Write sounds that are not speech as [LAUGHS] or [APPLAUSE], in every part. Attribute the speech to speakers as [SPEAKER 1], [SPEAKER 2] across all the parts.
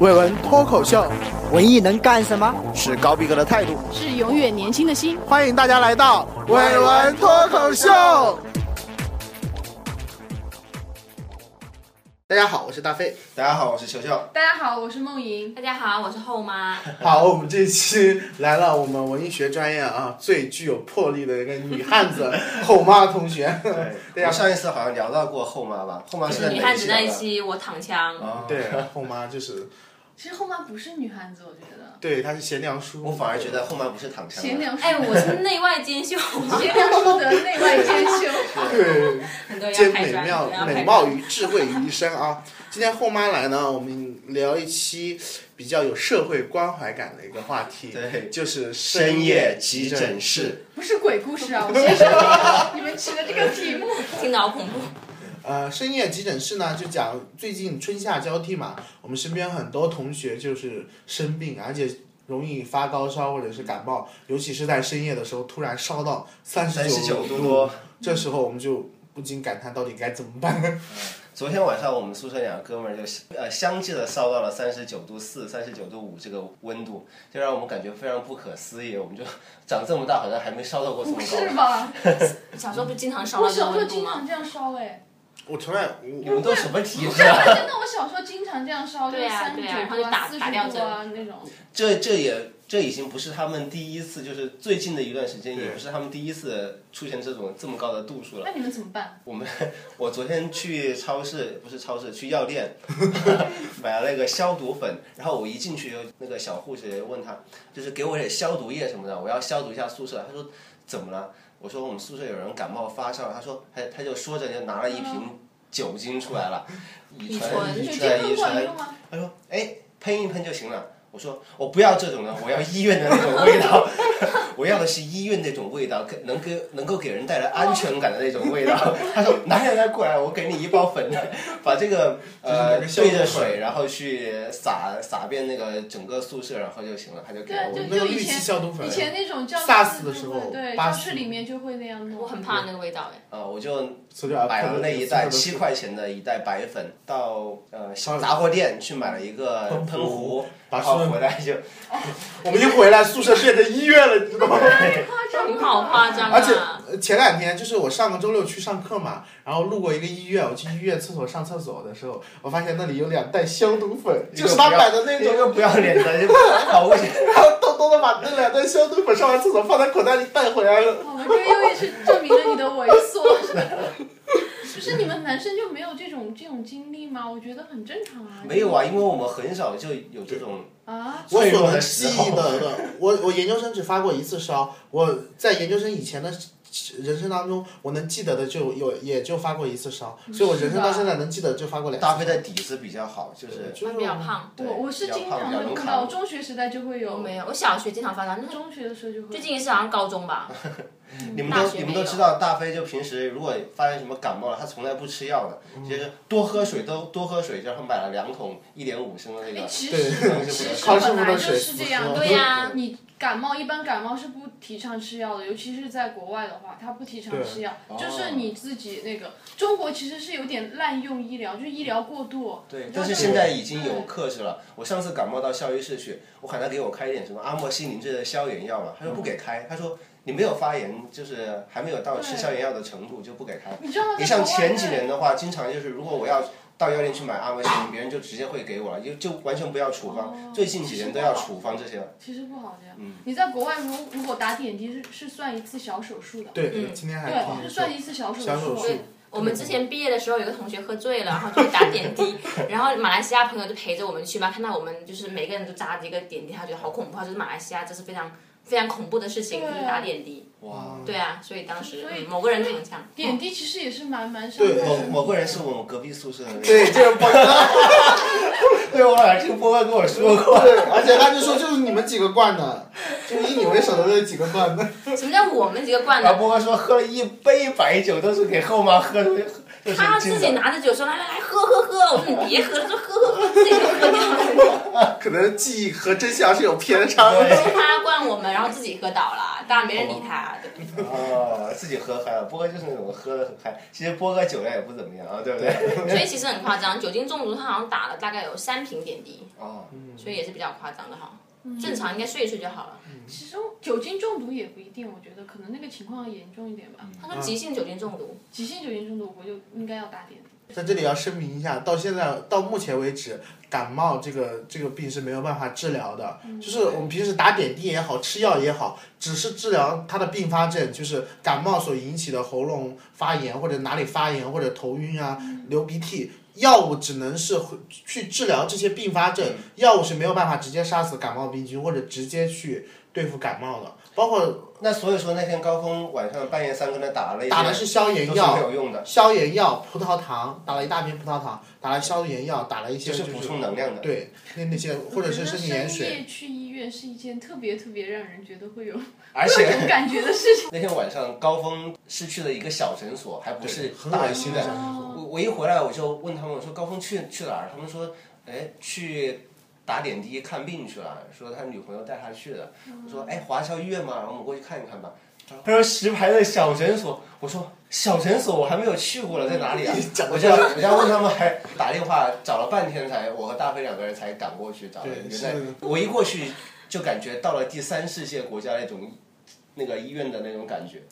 [SPEAKER 1] 伟文脱口秀
[SPEAKER 2] 文艺能干什么？
[SPEAKER 1] 是高逼格的态度，
[SPEAKER 3] 是永远年轻的心。
[SPEAKER 1] 欢迎大家来到伟文脱口秀。大家好，我是大飞。
[SPEAKER 4] 大家好，我是球球。
[SPEAKER 5] 大家好，我是梦莹。
[SPEAKER 6] 大家好，我是
[SPEAKER 1] [LAUGHS]
[SPEAKER 6] 后妈。
[SPEAKER 1] 好，我们这期来了我们文艺学专业啊最具有魄力的一个女汉子后妈同学。对啊
[SPEAKER 4] 对
[SPEAKER 1] 呀
[SPEAKER 4] 我上一次好像聊到过后妈吧？后妈是在
[SPEAKER 6] 女
[SPEAKER 4] 哪
[SPEAKER 6] 汉子那一
[SPEAKER 4] 一期
[SPEAKER 6] 期我躺枪，
[SPEAKER 4] 啊？哦，
[SPEAKER 1] 对，后妈就是
[SPEAKER 5] 其实后妈不是女汉子，我觉得。
[SPEAKER 1] 对，她是贤良淑
[SPEAKER 4] 我反而觉得后妈不是躺枪。
[SPEAKER 5] [LAUGHS] 贤良淑
[SPEAKER 6] 哎，我是内外
[SPEAKER 1] [LAUGHS]
[SPEAKER 6] 兼修，
[SPEAKER 5] 贤良淑德，内外兼修。
[SPEAKER 1] 对。
[SPEAKER 6] 很多人
[SPEAKER 1] 兼
[SPEAKER 6] 要开
[SPEAKER 1] 美
[SPEAKER 6] 专，
[SPEAKER 1] 妙
[SPEAKER 6] 有人要
[SPEAKER 1] 美
[SPEAKER 6] 开
[SPEAKER 1] 貌
[SPEAKER 6] 专。
[SPEAKER 1] 与智慧于一身啊！今天后妈来呢，我们聊一期比较有社会关怀感的一个话题，
[SPEAKER 4] 对
[SPEAKER 1] 就是
[SPEAKER 4] 深夜急
[SPEAKER 1] 诊
[SPEAKER 4] 诊室。
[SPEAKER 5] [LAUGHS] 不是鬼故事 [LAUGHS] 啊！我先说这个你们取的这个题目，
[SPEAKER 6] 听到好恐怖，
[SPEAKER 1] 呃，深夜急诊室呢，就讲最近春夏交替嘛，我们身边很多同学就是生病，而且容易发高烧或者是感冒，尤其是在深夜的时候突然烧到三
[SPEAKER 4] 三
[SPEAKER 1] 十
[SPEAKER 4] 十九
[SPEAKER 1] 度
[SPEAKER 4] 度多。
[SPEAKER 1] 这时候我们就不禁感叹，到底该怎么办？
[SPEAKER 4] 昨天晚上我们宿舍两个哥们儿就是呃相继的烧到了三十九度四、三十九度五这个温度，就让我们感觉非常不可思议。我们就长这么大好像还没烧到过这么
[SPEAKER 5] 不
[SPEAKER 4] 高。
[SPEAKER 5] 是吧？
[SPEAKER 6] 小时候不经常烧
[SPEAKER 5] 我
[SPEAKER 6] 到这
[SPEAKER 5] 小时
[SPEAKER 6] 个
[SPEAKER 5] 候
[SPEAKER 6] 温度
[SPEAKER 5] 经
[SPEAKER 6] 吗？
[SPEAKER 5] 常这样烧哎，
[SPEAKER 1] 我从来
[SPEAKER 4] 你
[SPEAKER 1] 我
[SPEAKER 4] 们都什么体质
[SPEAKER 5] 真
[SPEAKER 4] 啊？
[SPEAKER 5] 的真的，我小时候经常这样烧，就是
[SPEAKER 6] 对啊
[SPEAKER 5] 三十
[SPEAKER 6] 对
[SPEAKER 5] 九
[SPEAKER 6] 啊
[SPEAKER 5] 度
[SPEAKER 6] 然
[SPEAKER 5] 啊、
[SPEAKER 6] 后
[SPEAKER 5] 四
[SPEAKER 6] 就
[SPEAKER 5] 十
[SPEAKER 6] 打打掉
[SPEAKER 5] 度啊那种。
[SPEAKER 4] 这这也这已经不是他们第一次，就是最近的一段时间，也不是他们第一次出现这种这么高的度数了。
[SPEAKER 5] 那你们怎么办？
[SPEAKER 4] 我们 [LAUGHS] 我昨天去超市，不是超市，去药店 [LAUGHS] 买了那个消毒粉，然后我一进去，那个小护士问他，就是给我点消毒液什么的，我要消毒一下宿舍。他说怎么了？我说我们宿舍有人感冒发烧。他说他他就说着就拿了一瓶酒精出来了，遗嗯传
[SPEAKER 6] 遗传
[SPEAKER 5] 水晶
[SPEAKER 4] 遗传遗
[SPEAKER 5] 喷管
[SPEAKER 4] 传。
[SPEAKER 5] 用啊吗？
[SPEAKER 4] 他说哎，喷一喷就行了。我说我不要这种的，我要医院的那种味道， [LAUGHS] 我要的是医院那种味道，给能给能够给人带来安全感的那种味道。他说来来来，过来，我给你一包粉，把这个呃
[SPEAKER 1] 就是那个效
[SPEAKER 4] 兑
[SPEAKER 1] 果
[SPEAKER 4] 着
[SPEAKER 1] 粉
[SPEAKER 4] 水，然后去洒洒遍那个整个宿舍，然后就行了。他就给
[SPEAKER 5] 对啊，
[SPEAKER 4] 我
[SPEAKER 5] 就
[SPEAKER 4] 们
[SPEAKER 1] 那个
[SPEAKER 5] 就以
[SPEAKER 1] 氯气
[SPEAKER 5] 前
[SPEAKER 1] 消毒粉
[SPEAKER 5] 以前那种教室
[SPEAKER 1] SARS 的时候
[SPEAKER 5] 对
[SPEAKER 1] 八
[SPEAKER 5] 教
[SPEAKER 1] 十
[SPEAKER 5] 室里面就会那样弄。
[SPEAKER 6] 我很怕那个味道哎。
[SPEAKER 4] 啊、我就
[SPEAKER 1] 所以就
[SPEAKER 4] 买了那一袋七
[SPEAKER 1] 块。
[SPEAKER 4] 块钱的一袋白粉，到呃小杂货店去买了一个
[SPEAKER 1] 喷
[SPEAKER 4] 喷
[SPEAKER 1] 壶
[SPEAKER 4] 壶，
[SPEAKER 1] 把
[SPEAKER 4] 然
[SPEAKER 1] 所有
[SPEAKER 4] 后回来就
[SPEAKER 1] 我们一回来宿舍变成医院了，你知道吗？
[SPEAKER 5] 啊
[SPEAKER 6] 你们好夸张
[SPEAKER 1] 而且
[SPEAKER 6] 啊！
[SPEAKER 1] 呃前两天就是我上个周六去上课嘛，然后路过一个医院，我去医院厕所上厕所的时候，我发现那里有两袋消毒粉，
[SPEAKER 4] 一个
[SPEAKER 1] 就是他
[SPEAKER 4] 不要
[SPEAKER 1] 买的那
[SPEAKER 4] 一个
[SPEAKER 1] 种，
[SPEAKER 4] 不要脸的就跑过去。 [LAUGHS]
[SPEAKER 1] 然后偷偷的把那两袋消毒粉上完厕所放在口袋里带回来
[SPEAKER 4] [LAUGHS] 啊
[SPEAKER 1] 了。
[SPEAKER 5] 我们这个又一是证明了你的猥琐。不是你们男生就没有这种这种经历吗？我觉得很正常啊。
[SPEAKER 4] 没有啊，因为我们很少就有这种
[SPEAKER 5] 啊，
[SPEAKER 1] 我
[SPEAKER 4] 脆
[SPEAKER 1] 所
[SPEAKER 4] 弱
[SPEAKER 1] 能
[SPEAKER 4] 的
[SPEAKER 1] 记
[SPEAKER 4] 时
[SPEAKER 1] 忆
[SPEAKER 4] 候
[SPEAKER 1] 的，的我我研究生只发过一次烧，我在研究生以前的人生当中，我能记得的就有也就发过一次烧，所以我人生到现在能记得就发过两次。
[SPEAKER 4] [LAUGHS] 搭配的底子比较好，就是
[SPEAKER 1] 就是
[SPEAKER 6] 比较胖，
[SPEAKER 4] 对
[SPEAKER 5] 我我是经常
[SPEAKER 4] 比较
[SPEAKER 5] 会
[SPEAKER 4] 能
[SPEAKER 5] 碰到，我
[SPEAKER 4] 扛。
[SPEAKER 5] 中学时代就会
[SPEAKER 6] 我
[SPEAKER 5] 有，
[SPEAKER 6] 没有，我小学经常发烧，那
[SPEAKER 5] 中学的时候就会。
[SPEAKER 6] 最近一次好像高中吧。
[SPEAKER 4] 你们
[SPEAKER 6] 大
[SPEAKER 4] 都
[SPEAKER 6] 学
[SPEAKER 4] 你们
[SPEAKER 6] 没
[SPEAKER 4] 都
[SPEAKER 6] 有
[SPEAKER 4] 知道，大飞就平时如果发现什么感冒了，他从来不吃药的，
[SPEAKER 1] 嗯
[SPEAKER 4] 就是多喝水，都多喝水，然后买了两桶一点五升的那
[SPEAKER 5] 哎，
[SPEAKER 4] 个。
[SPEAKER 5] 其
[SPEAKER 1] 对
[SPEAKER 5] 实
[SPEAKER 4] 对
[SPEAKER 5] 其实
[SPEAKER 1] 康师
[SPEAKER 5] 本
[SPEAKER 1] 傅
[SPEAKER 5] 来
[SPEAKER 1] 的
[SPEAKER 5] 就
[SPEAKER 1] 水
[SPEAKER 5] 是这样，
[SPEAKER 1] 服
[SPEAKER 6] 对呀
[SPEAKER 5] 你感冒一般感冒是不提倡吃药的，尤其是在国外的话，他不提倡
[SPEAKER 1] 对
[SPEAKER 5] 吃药，
[SPEAKER 4] 哦
[SPEAKER 5] 就是你自己那个。中国其实是有点滥用医疗，就是医疗过度。
[SPEAKER 4] 对
[SPEAKER 5] 你，知道
[SPEAKER 4] 但是
[SPEAKER 5] 这
[SPEAKER 4] 现
[SPEAKER 5] 个
[SPEAKER 4] 在已经有克制了。我上次感冒到校医室去，我喊他给我开一点什么阿莫西林这类消炎药嘛，他说不给开，他说你没有发炎，就是还没有到吃
[SPEAKER 5] 对
[SPEAKER 4] 消炎药的程度就不给开。
[SPEAKER 5] 你知道吗？
[SPEAKER 4] 你
[SPEAKER 5] 在
[SPEAKER 4] 像
[SPEAKER 5] 国外
[SPEAKER 4] 前几年的话，经常就是如果我要到药店去买阿维西林，别人就直接会给我了，就就完全不要处方。
[SPEAKER 5] 哦
[SPEAKER 4] 最近几年都要处方这些了。
[SPEAKER 5] 其实不好这样。
[SPEAKER 4] 嗯
[SPEAKER 5] 你在国外如如果打点滴是是算一次小手术
[SPEAKER 1] [LAUGHS]
[SPEAKER 5] 的，
[SPEAKER 1] 对，
[SPEAKER 6] 嗯
[SPEAKER 1] 今天还
[SPEAKER 5] 对，
[SPEAKER 1] 听
[SPEAKER 5] 是
[SPEAKER 1] 说
[SPEAKER 5] 算一次小手
[SPEAKER 1] 小手术
[SPEAKER 6] 对，我们之前毕业的时候，有个同学喝醉了，然后就去打点
[SPEAKER 1] [LAUGHS]
[SPEAKER 6] 滴，然后马来西亚朋友就陪着我们去嘛，看到我们就是每个人都扎着一个点滴，他觉得好恐怖，他就是马来西亚这是非常非常恐怖的事情，
[SPEAKER 5] 对
[SPEAKER 6] 就
[SPEAKER 5] 啊
[SPEAKER 6] 是打点滴。
[SPEAKER 4] 哇！
[SPEAKER 6] 对啊，所以当时
[SPEAKER 5] 所以
[SPEAKER 6] 嗯某个人躺枪，
[SPEAKER 5] 点滴其实也是蛮蛮伤
[SPEAKER 1] 对
[SPEAKER 4] 某
[SPEAKER 5] 的。
[SPEAKER 4] 某个人是我们隔壁宿舍的那个，
[SPEAKER 1] 对，这个报
[SPEAKER 5] [LAUGHS]
[SPEAKER 4] 对我好像听波波跟我说过，
[SPEAKER 1] 对，而且他就说就是你们几个灌的，就以你为首的那几个灌的。
[SPEAKER 6] 什么叫我们几个灌
[SPEAKER 4] 然后
[SPEAKER 6] 的？
[SPEAKER 4] 波波说喝了一杯白酒都是给后妈喝的，就
[SPEAKER 6] 他
[SPEAKER 4] 是
[SPEAKER 6] 自
[SPEAKER 4] 敬
[SPEAKER 6] 己
[SPEAKER 4] 的。
[SPEAKER 6] 拿着酒说来来来喝喝喝，我说你别喝，他说喝喝喝，自己就喝掉了。
[SPEAKER 1] 可能记忆和真相是有偏差的。
[SPEAKER 4] 对
[SPEAKER 6] 是他灌我们，然后自己喝倒了，当然没人理他。对
[SPEAKER 4] 哦，自己喝嗨了，波哥就是那种喝的很嗨。其实波哥酒量也不怎么样啊，对不对？
[SPEAKER 6] 所以其实很夸张，酒精中毒他好像打了大概有三瓶点滴，
[SPEAKER 4] 哦，
[SPEAKER 6] 所以也是比较夸张的哈。正常应该睡一睡就好了。
[SPEAKER 5] 其实酒精中毒也不一定，我觉得可能那个情况要严重一点吧。
[SPEAKER 6] 他说急性酒精中毒，
[SPEAKER 5] 急性酒精中毒，我就应该要打点滴。
[SPEAKER 1] 在这里要声明一下，到现在到目前为止，感冒这个这个病是没有办法治疗的，就是我们平时打点滴也好，吃药也好，只是治疗它的并发症，就是感冒所引起的喉咙发炎或者哪里发炎或者头晕啊、流鼻涕。药物只能是会去治疗这些并发症，药物是没有办法直接杀死感冒病菌或者直接去对付感冒的，包括
[SPEAKER 4] 那所以说那天高峰晚上半夜三更的打了一
[SPEAKER 1] 打
[SPEAKER 4] 针
[SPEAKER 1] 的是消炎
[SPEAKER 4] 哎都是
[SPEAKER 1] 药
[SPEAKER 4] 没、有用的，
[SPEAKER 1] 消炎药、葡萄糖，打了一大瓶葡萄糖，打了消炎药，打了一些
[SPEAKER 4] 就
[SPEAKER 1] 就是
[SPEAKER 4] 补充能量的。
[SPEAKER 1] 对，那那些或者是生理盐
[SPEAKER 5] 我觉得
[SPEAKER 1] 水，
[SPEAKER 5] 深夜去医院是一件特别特别让人觉得会有
[SPEAKER 4] 而且
[SPEAKER 5] 各种感觉的事情。
[SPEAKER 4] 那天晚上高峰是去了一个小诊所，还不是
[SPEAKER 1] 对很
[SPEAKER 4] 大
[SPEAKER 1] 恶
[SPEAKER 4] 医
[SPEAKER 1] 心
[SPEAKER 4] 院
[SPEAKER 1] 的
[SPEAKER 5] 小诊所
[SPEAKER 4] 我我一回来我就问他们，我说高峰去去哪儿？他们说，哎，去打点滴看病去了，说他女朋友带他去的。我说，哎，华侨医院嘛，然后我们过去看一看吧。他说石牌的小诊所，我说小诊所我还没有去过了，在哪里啊？我就要我就要问他们，还打电话找了半天才，我和大飞两个人才赶过去找的。
[SPEAKER 1] 对
[SPEAKER 4] 原
[SPEAKER 1] 是
[SPEAKER 4] 来我一过去就感觉到了第三世界国家那种那个医院的那种感觉。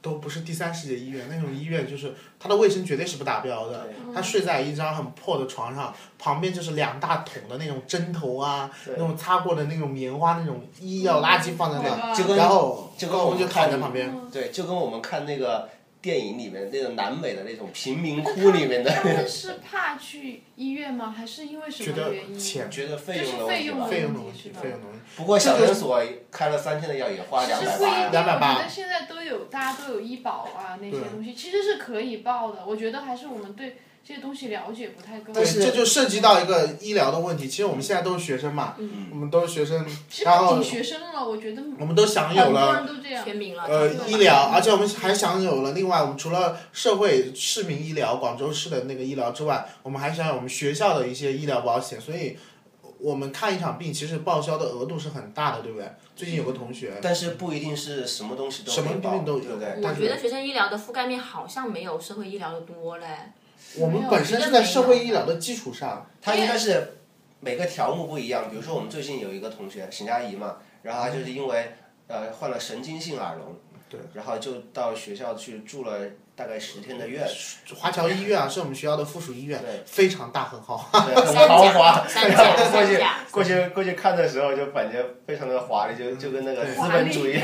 [SPEAKER 1] 都不是第三世界医院，那种医院就是它的卫生绝对是不达标的。他睡在一张很破的床上，旁边就是两大桶的那种针头啊，
[SPEAKER 4] 对
[SPEAKER 1] 那种擦过的那种棉花那种医药垃圾放在那里，
[SPEAKER 5] 嗯
[SPEAKER 4] 就跟
[SPEAKER 1] 然后
[SPEAKER 4] 就跟
[SPEAKER 1] 高
[SPEAKER 4] 我
[SPEAKER 1] 峰
[SPEAKER 4] 们
[SPEAKER 1] 就
[SPEAKER 4] 看
[SPEAKER 1] 躺在旁边，
[SPEAKER 4] 对，就跟我们看那个电影里面那种南美的那种贫民窟里面
[SPEAKER 5] 他
[SPEAKER 4] 的，
[SPEAKER 5] 们是怕去医院吗？还是因为什
[SPEAKER 1] 觉
[SPEAKER 5] 么
[SPEAKER 1] 得
[SPEAKER 5] 原因？
[SPEAKER 1] 钱
[SPEAKER 4] 觉得费用的问
[SPEAKER 5] 费
[SPEAKER 4] 题
[SPEAKER 5] 用
[SPEAKER 4] 吧。
[SPEAKER 1] 费
[SPEAKER 5] 费
[SPEAKER 1] 用
[SPEAKER 5] 用
[SPEAKER 1] 的问
[SPEAKER 5] 的问
[SPEAKER 1] 题，
[SPEAKER 4] 嗯
[SPEAKER 5] 题
[SPEAKER 1] 费用的问题。
[SPEAKER 4] 不过小
[SPEAKER 1] 这就
[SPEAKER 4] 诊所开了三天的药也花
[SPEAKER 5] 其
[SPEAKER 4] 两
[SPEAKER 5] 实
[SPEAKER 4] 百
[SPEAKER 5] 不一定，
[SPEAKER 4] 八
[SPEAKER 5] 我
[SPEAKER 1] 280
[SPEAKER 5] 觉
[SPEAKER 4] 呀。
[SPEAKER 5] 得现在都有大家都有医保啊那些
[SPEAKER 1] 对
[SPEAKER 5] 东西，其实是可以报的。我觉得还是我们对这些东西了解不太够。
[SPEAKER 1] 对，
[SPEAKER 4] 是
[SPEAKER 1] 这就涉及到一个医疗的问题。其实我们现在都是学生嘛，
[SPEAKER 5] 嗯
[SPEAKER 1] 我们都是学生，
[SPEAKER 5] 其实
[SPEAKER 1] 然
[SPEAKER 5] 不
[SPEAKER 1] 后
[SPEAKER 5] 仅学生了，我觉得很
[SPEAKER 1] 我们都享有了
[SPEAKER 5] 多人都这样。
[SPEAKER 6] 全民了。
[SPEAKER 1] 呃
[SPEAKER 6] 全民了
[SPEAKER 1] 医疗，而且我们还享有了另外，我们除了社会市民医疗、广州市的那个医疗之外，我们还享有我们学校的一些医疗保险，所以我们看一场病其实报销的额度是很大的，对不对？最近有个同学，
[SPEAKER 4] 但是不一定是什么东西都
[SPEAKER 1] 什么
[SPEAKER 4] 可以
[SPEAKER 1] 病
[SPEAKER 4] 报
[SPEAKER 1] 都有
[SPEAKER 4] 对不对？
[SPEAKER 1] 但
[SPEAKER 6] 我
[SPEAKER 1] 是
[SPEAKER 6] 觉得学生医疗的覆盖面好像没有社会医疗的多嘞。
[SPEAKER 1] 我们本身是在社会医疗的基础上，
[SPEAKER 4] 它应该是每个条目不一样。比如说我们最近有一个同学沈佳宜嘛，然后她就是因为呃患了神经性耳聋，
[SPEAKER 1] 对，
[SPEAKER 4] 然后就到学校去住了大概
[SPEAKER 1] [LAUGHS]
[SPEAKER 4] 十天的院，
[SPEAKER 1] 华侨医院啊是我们学校的附属医院啊
[SPEAKER 4] 对，
[SPEAKER 1] 非常大，很
[SPEAKER 4] [LAUGHS]
[SPEAKER 1] 好。
[SPEAKER 4] 对很
[SPEAKER 6] 三
[SPEAKER 4] 豪华。
[SPEAKER 6] 甲，三甲，
[SPEAKER 4] 过
[SPEAKER 6] 三
[SPEAKER 4] 去
[SPEAKER 6] 甲。
[SPEAKER 4] 过去过去看的时候，就感觉非常的华丽，就就跟那个资本
[SPEAKER 1] [LAUGHS]
[SPEAKER 4] 主义，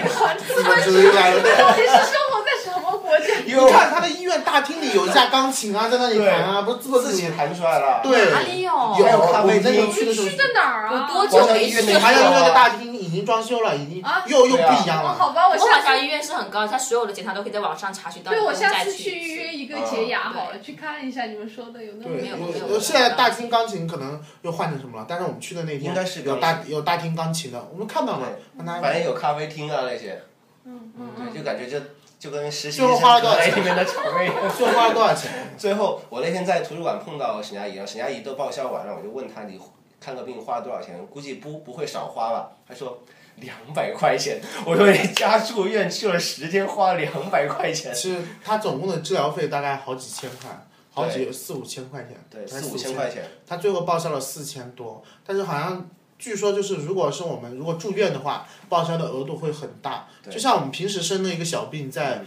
[SPEAKER 1] 资本主义来了，
[SPEAKER 5] 到底是生活在什么
[SPEAKER 1] [LAUGHS]
[SPEAKER 5] 国家？
[SPEAKER 4] [LAUGHS]
[SPEAKER 1] 你
[SPEAKER 4] 因为我
[SPEAKER 1] 看他的医院大厅里有一架钢琴啊，在那里弹啊，不是资本主
[SPEAKER 4] 自
[SPEAKER 1] 义
[SPEAKER 4] 己。弹出来了。
[SPEAKER 1] 对，
[SPEAKER 6] 哪里有？
[SPEAKER 1] 有
[SPEAKER 4] 还有
[SPEAKER 1] 我
[SPEAKER 4] 咖啡
[SPEAKER 1] 们那时候
[SPEAKER 4] 厅
[SPEAKER 1] 去的时候
[SPEAKER 5] 去的哪儿啊？
[SPEAKER 6] 有多久没去了？
[SPEAKER 1] 华侨医院的大厅已经装修了，已经
[SPEAKER 5] 啊
[SPEAKER 1] 又又不
[SPEAKER 4] 对啊
[SPEAKER 1] 一样
[SPEAKER 5] 哦
[SPEAKER 1] 了。
[SPEAKER 5] 好吧，我
[SPEAKER 6] 不过华
[SPEAKER 5] 下
[SPEAKER 6] 侨
[SPEAKER 5] 次
[SPEAKER 6] 医院是很高，它所有的检查都可以在网上查询到。
[SPEAKER 5] 对我
[SPEAKER 6] 不用再
[SPEAKER 5] 下次去
[SPEAKER 6] 去
[SPEAKER 5] 预约一个
[SPEAKER 4] 嗯
[SPEAKER 5] 洁牙好了，
[SPEAKER 6] 对
[SPEAKER 5] 去看一下你们说的有那么
[SPEAKER 1] 对，
[SPEAKER 6] 没有
[SPEAKER 1] 有
[SPEAKER 6] 没有
[SPEAKER 1] 有现在大厅钢琴可能又换成什么了，但是我们去的那天
[SPEAKER 4] 应该是
[SPEAKER 1] 有
[SPEAKER 4] 钢
[SPEAKER 1] 大有大厅钢琴的，我们看到了，让大
[SPEAKER 4] 反
[SPEAKER 1] 家
[SPEAKER 4] 正有咖啡厅啊那些，
[SPEAKER 5] 嗯嗯
[SPEAKER 4] 对，
[SPEAKER 5] 嗯，
[SPEAKER 4] 就感觉就就跟实习
[SPEAKER 1] 最后
[SPEAKER 4] 生
[SPEAKER 1] 花了多少
[SPEAKER 4] 在
[SPEAKER 1] 钱
[SPEAKER 4] 里面的场面一样。
[SPEAKER 1] 最后花了多少钱？
[SPEAKER 4] [LAUGHS] 最后我那天在图书馆碰到沈佳宜了，沈佳宜都报销完了，我就问她你看个病花了多少钱？估计不不会少花吧？她说两百块钱。 [LAUGHS] 我说你家住院去了十天，花两百块钱。
[SPEAKER 1] 其实他总共的治疗费大概好几千块，好几四五千块钱，
[SPEAKER 4] 对，
[SPEAKER 1] 才
[SPEAKER 4] 四五
[SPEAKER 1] 千
[SPEAKER 4] 千块钱，
[SPEAKER 1] 他最后报销了四千多，但是好像据说就是，如果是我们如果住院的话，报销的额度会很大。
[SPEAKER 4] 对
[SPEAKER 1] 就像我们平时生了一个小病，在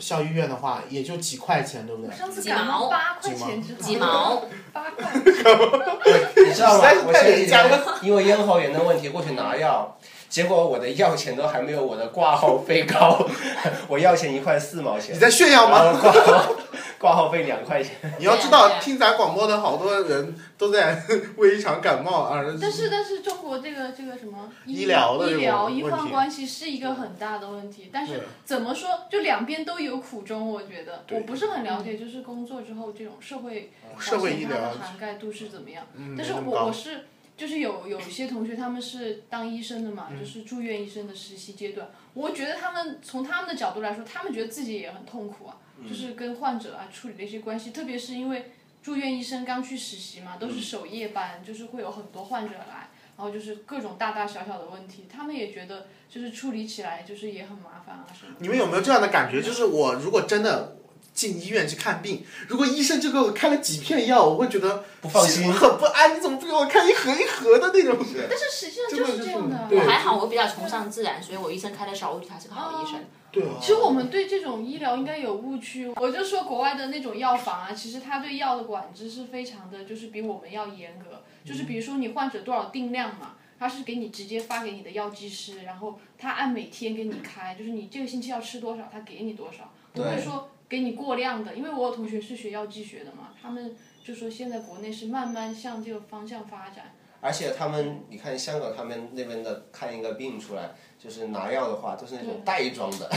[SPEAKER 1] 校医院的话，也就几块钱，对不对
[SPEAKER 5] 我？嗯上次
[SPEAKER 6] 几
[SPEAKER 5] 感
[SPEAKER 6] 毛
[SPEAKER 5] 冒八块钱之后，
[SPEAKER 6] 几毛，
[SPEAKER 5] 八块，
[SPEAKER 4] 你知道
[SPEAKER 1] 实
[SPEAKER 4] 吗
[SPEAKER 1] 在是？
[SPEAKER 4] 我
[SPEAKER 1] 太
[SPEAKER 4] 前
[SPEAKER 1] 廉
[SPEAKER 4] 几
[SPEAKER 1] 价
[SPEAKER 4] 天因为咽喉炎的问题过去拿药，结果我的药钱都还没有我的挂号费高， [LAUGHS] 我药钱一块四毛钱
[SPEAKER 1] 你，在炫
[SPEAKER 4] 然
[SPEAKER 1] 耀吗？
[SPEAKER 4] 后挂号挂号费两块钱。
[SPEAKER 1] 你要知道
[SPEAKER 5] 啊
[SPEAKER 6] 对，对
[SPEAKER 1] 听咱广播的好多人都在 [LAUGHS] 为一场感冒而
[SPEAKER 5] 但是但是中国这个这个什么
[SPEAKER 1] 医疗的这
[SPEAKER 5] 医
[SPEAKER 1] 种
[SPEAKER 5] 疗
[SPEAKER 1] 问题
[SPEAKER 5] 医患关系是一个很大的问题，但是
[SPEAKER 1] 对
[SPEAKER 5] 怎么说，就两边都有苦衷，我觉得
[SPEAKER 1] 对嗯
[SPEAKER 5] 我不是很了解，就是工作之后这种社会
[SPEAKER 1] 社会
[SPEAKER 5] 保险
[SPEAKER 1] 医
[SPEAKER 5] 它
[SPEAKER 1] 疗
[SPEAKER 5] 的涵盖度是怎么样？
[SPEAKER 1] 嗯
[SPEAKER 5] 但是
[SPEAKER 1] 没那么
[SPEAKER 5] 我
[SPEAKER 1] 高
[SPEAKER 5] 我是就是有有一些同学他们是当医生的嘛，
[SPEAKER 1] 嗯
[SPEAKER 5] 就是住院医生的实习阶段，我觉得他们从他们的角度来说，他们觉得自己也很痛苦啊，
[SPEAKER 1] 嗯
[SPEAKER 5] 就是跟患者啊处理的一些关系，特别
[SPEAKER 1] 嗯
[SPEAKER 5] 是因为住院医生刚去实习嘛，都是守夜班，就是会有很多患者来。然后就是各种大大小小的问题，他们也觉得就是处理起来就是也很麻烦啊什么的。
[SPEAKER 1] 你们有没有这样的感觉？就是我如果真的进医院去看病，如果医生就给我开了几片药，我会觉得
[SPEAKER 4] 不放心
[SPEAKER 1] 心里很不安。你怎么不给我开一盒一盒的那种？
[SPEAKER 5] 但是实际上
[SPEAKER 1] 真的
[SPEAKER 5] 就是
[SPEAKER 1] 就
[SPEAKER 5] 这
[SPEAKER 1] 是
[SPEAKER 5] 样的啊。
[SPEAKER 1] 对
[SPEAKER 6] 我还好，我比较崇尚自然，所以我医生开的少，我觉得他是个好医
[SPEAKER 5] 哦
[SPEAKER 6] 生。
[SPEAKER 1] 对啊
[SPEAKER 5] 其实我们对这种医疗应该有误区，我就说国外的那种药房啊，其实它对药的管制是非常的，就是比我们要严格。就是比如说你患者多少定量嘛，它是给你直接发给你的药剂师，然后他按每天给你开，就是你这个星期要吃多少，他给你多少，不会说给你过量的。因为我有同学是学药剂学的嘛，他们就说现在国内是慢慢向这个方向发展。
[SPEAKER 4] 而且他们，你看香港他们那边的看一个病出来，就是拿药的话都是那
[SPEAKER 6] 嗯
[SPEAKER 4] 种袋装的，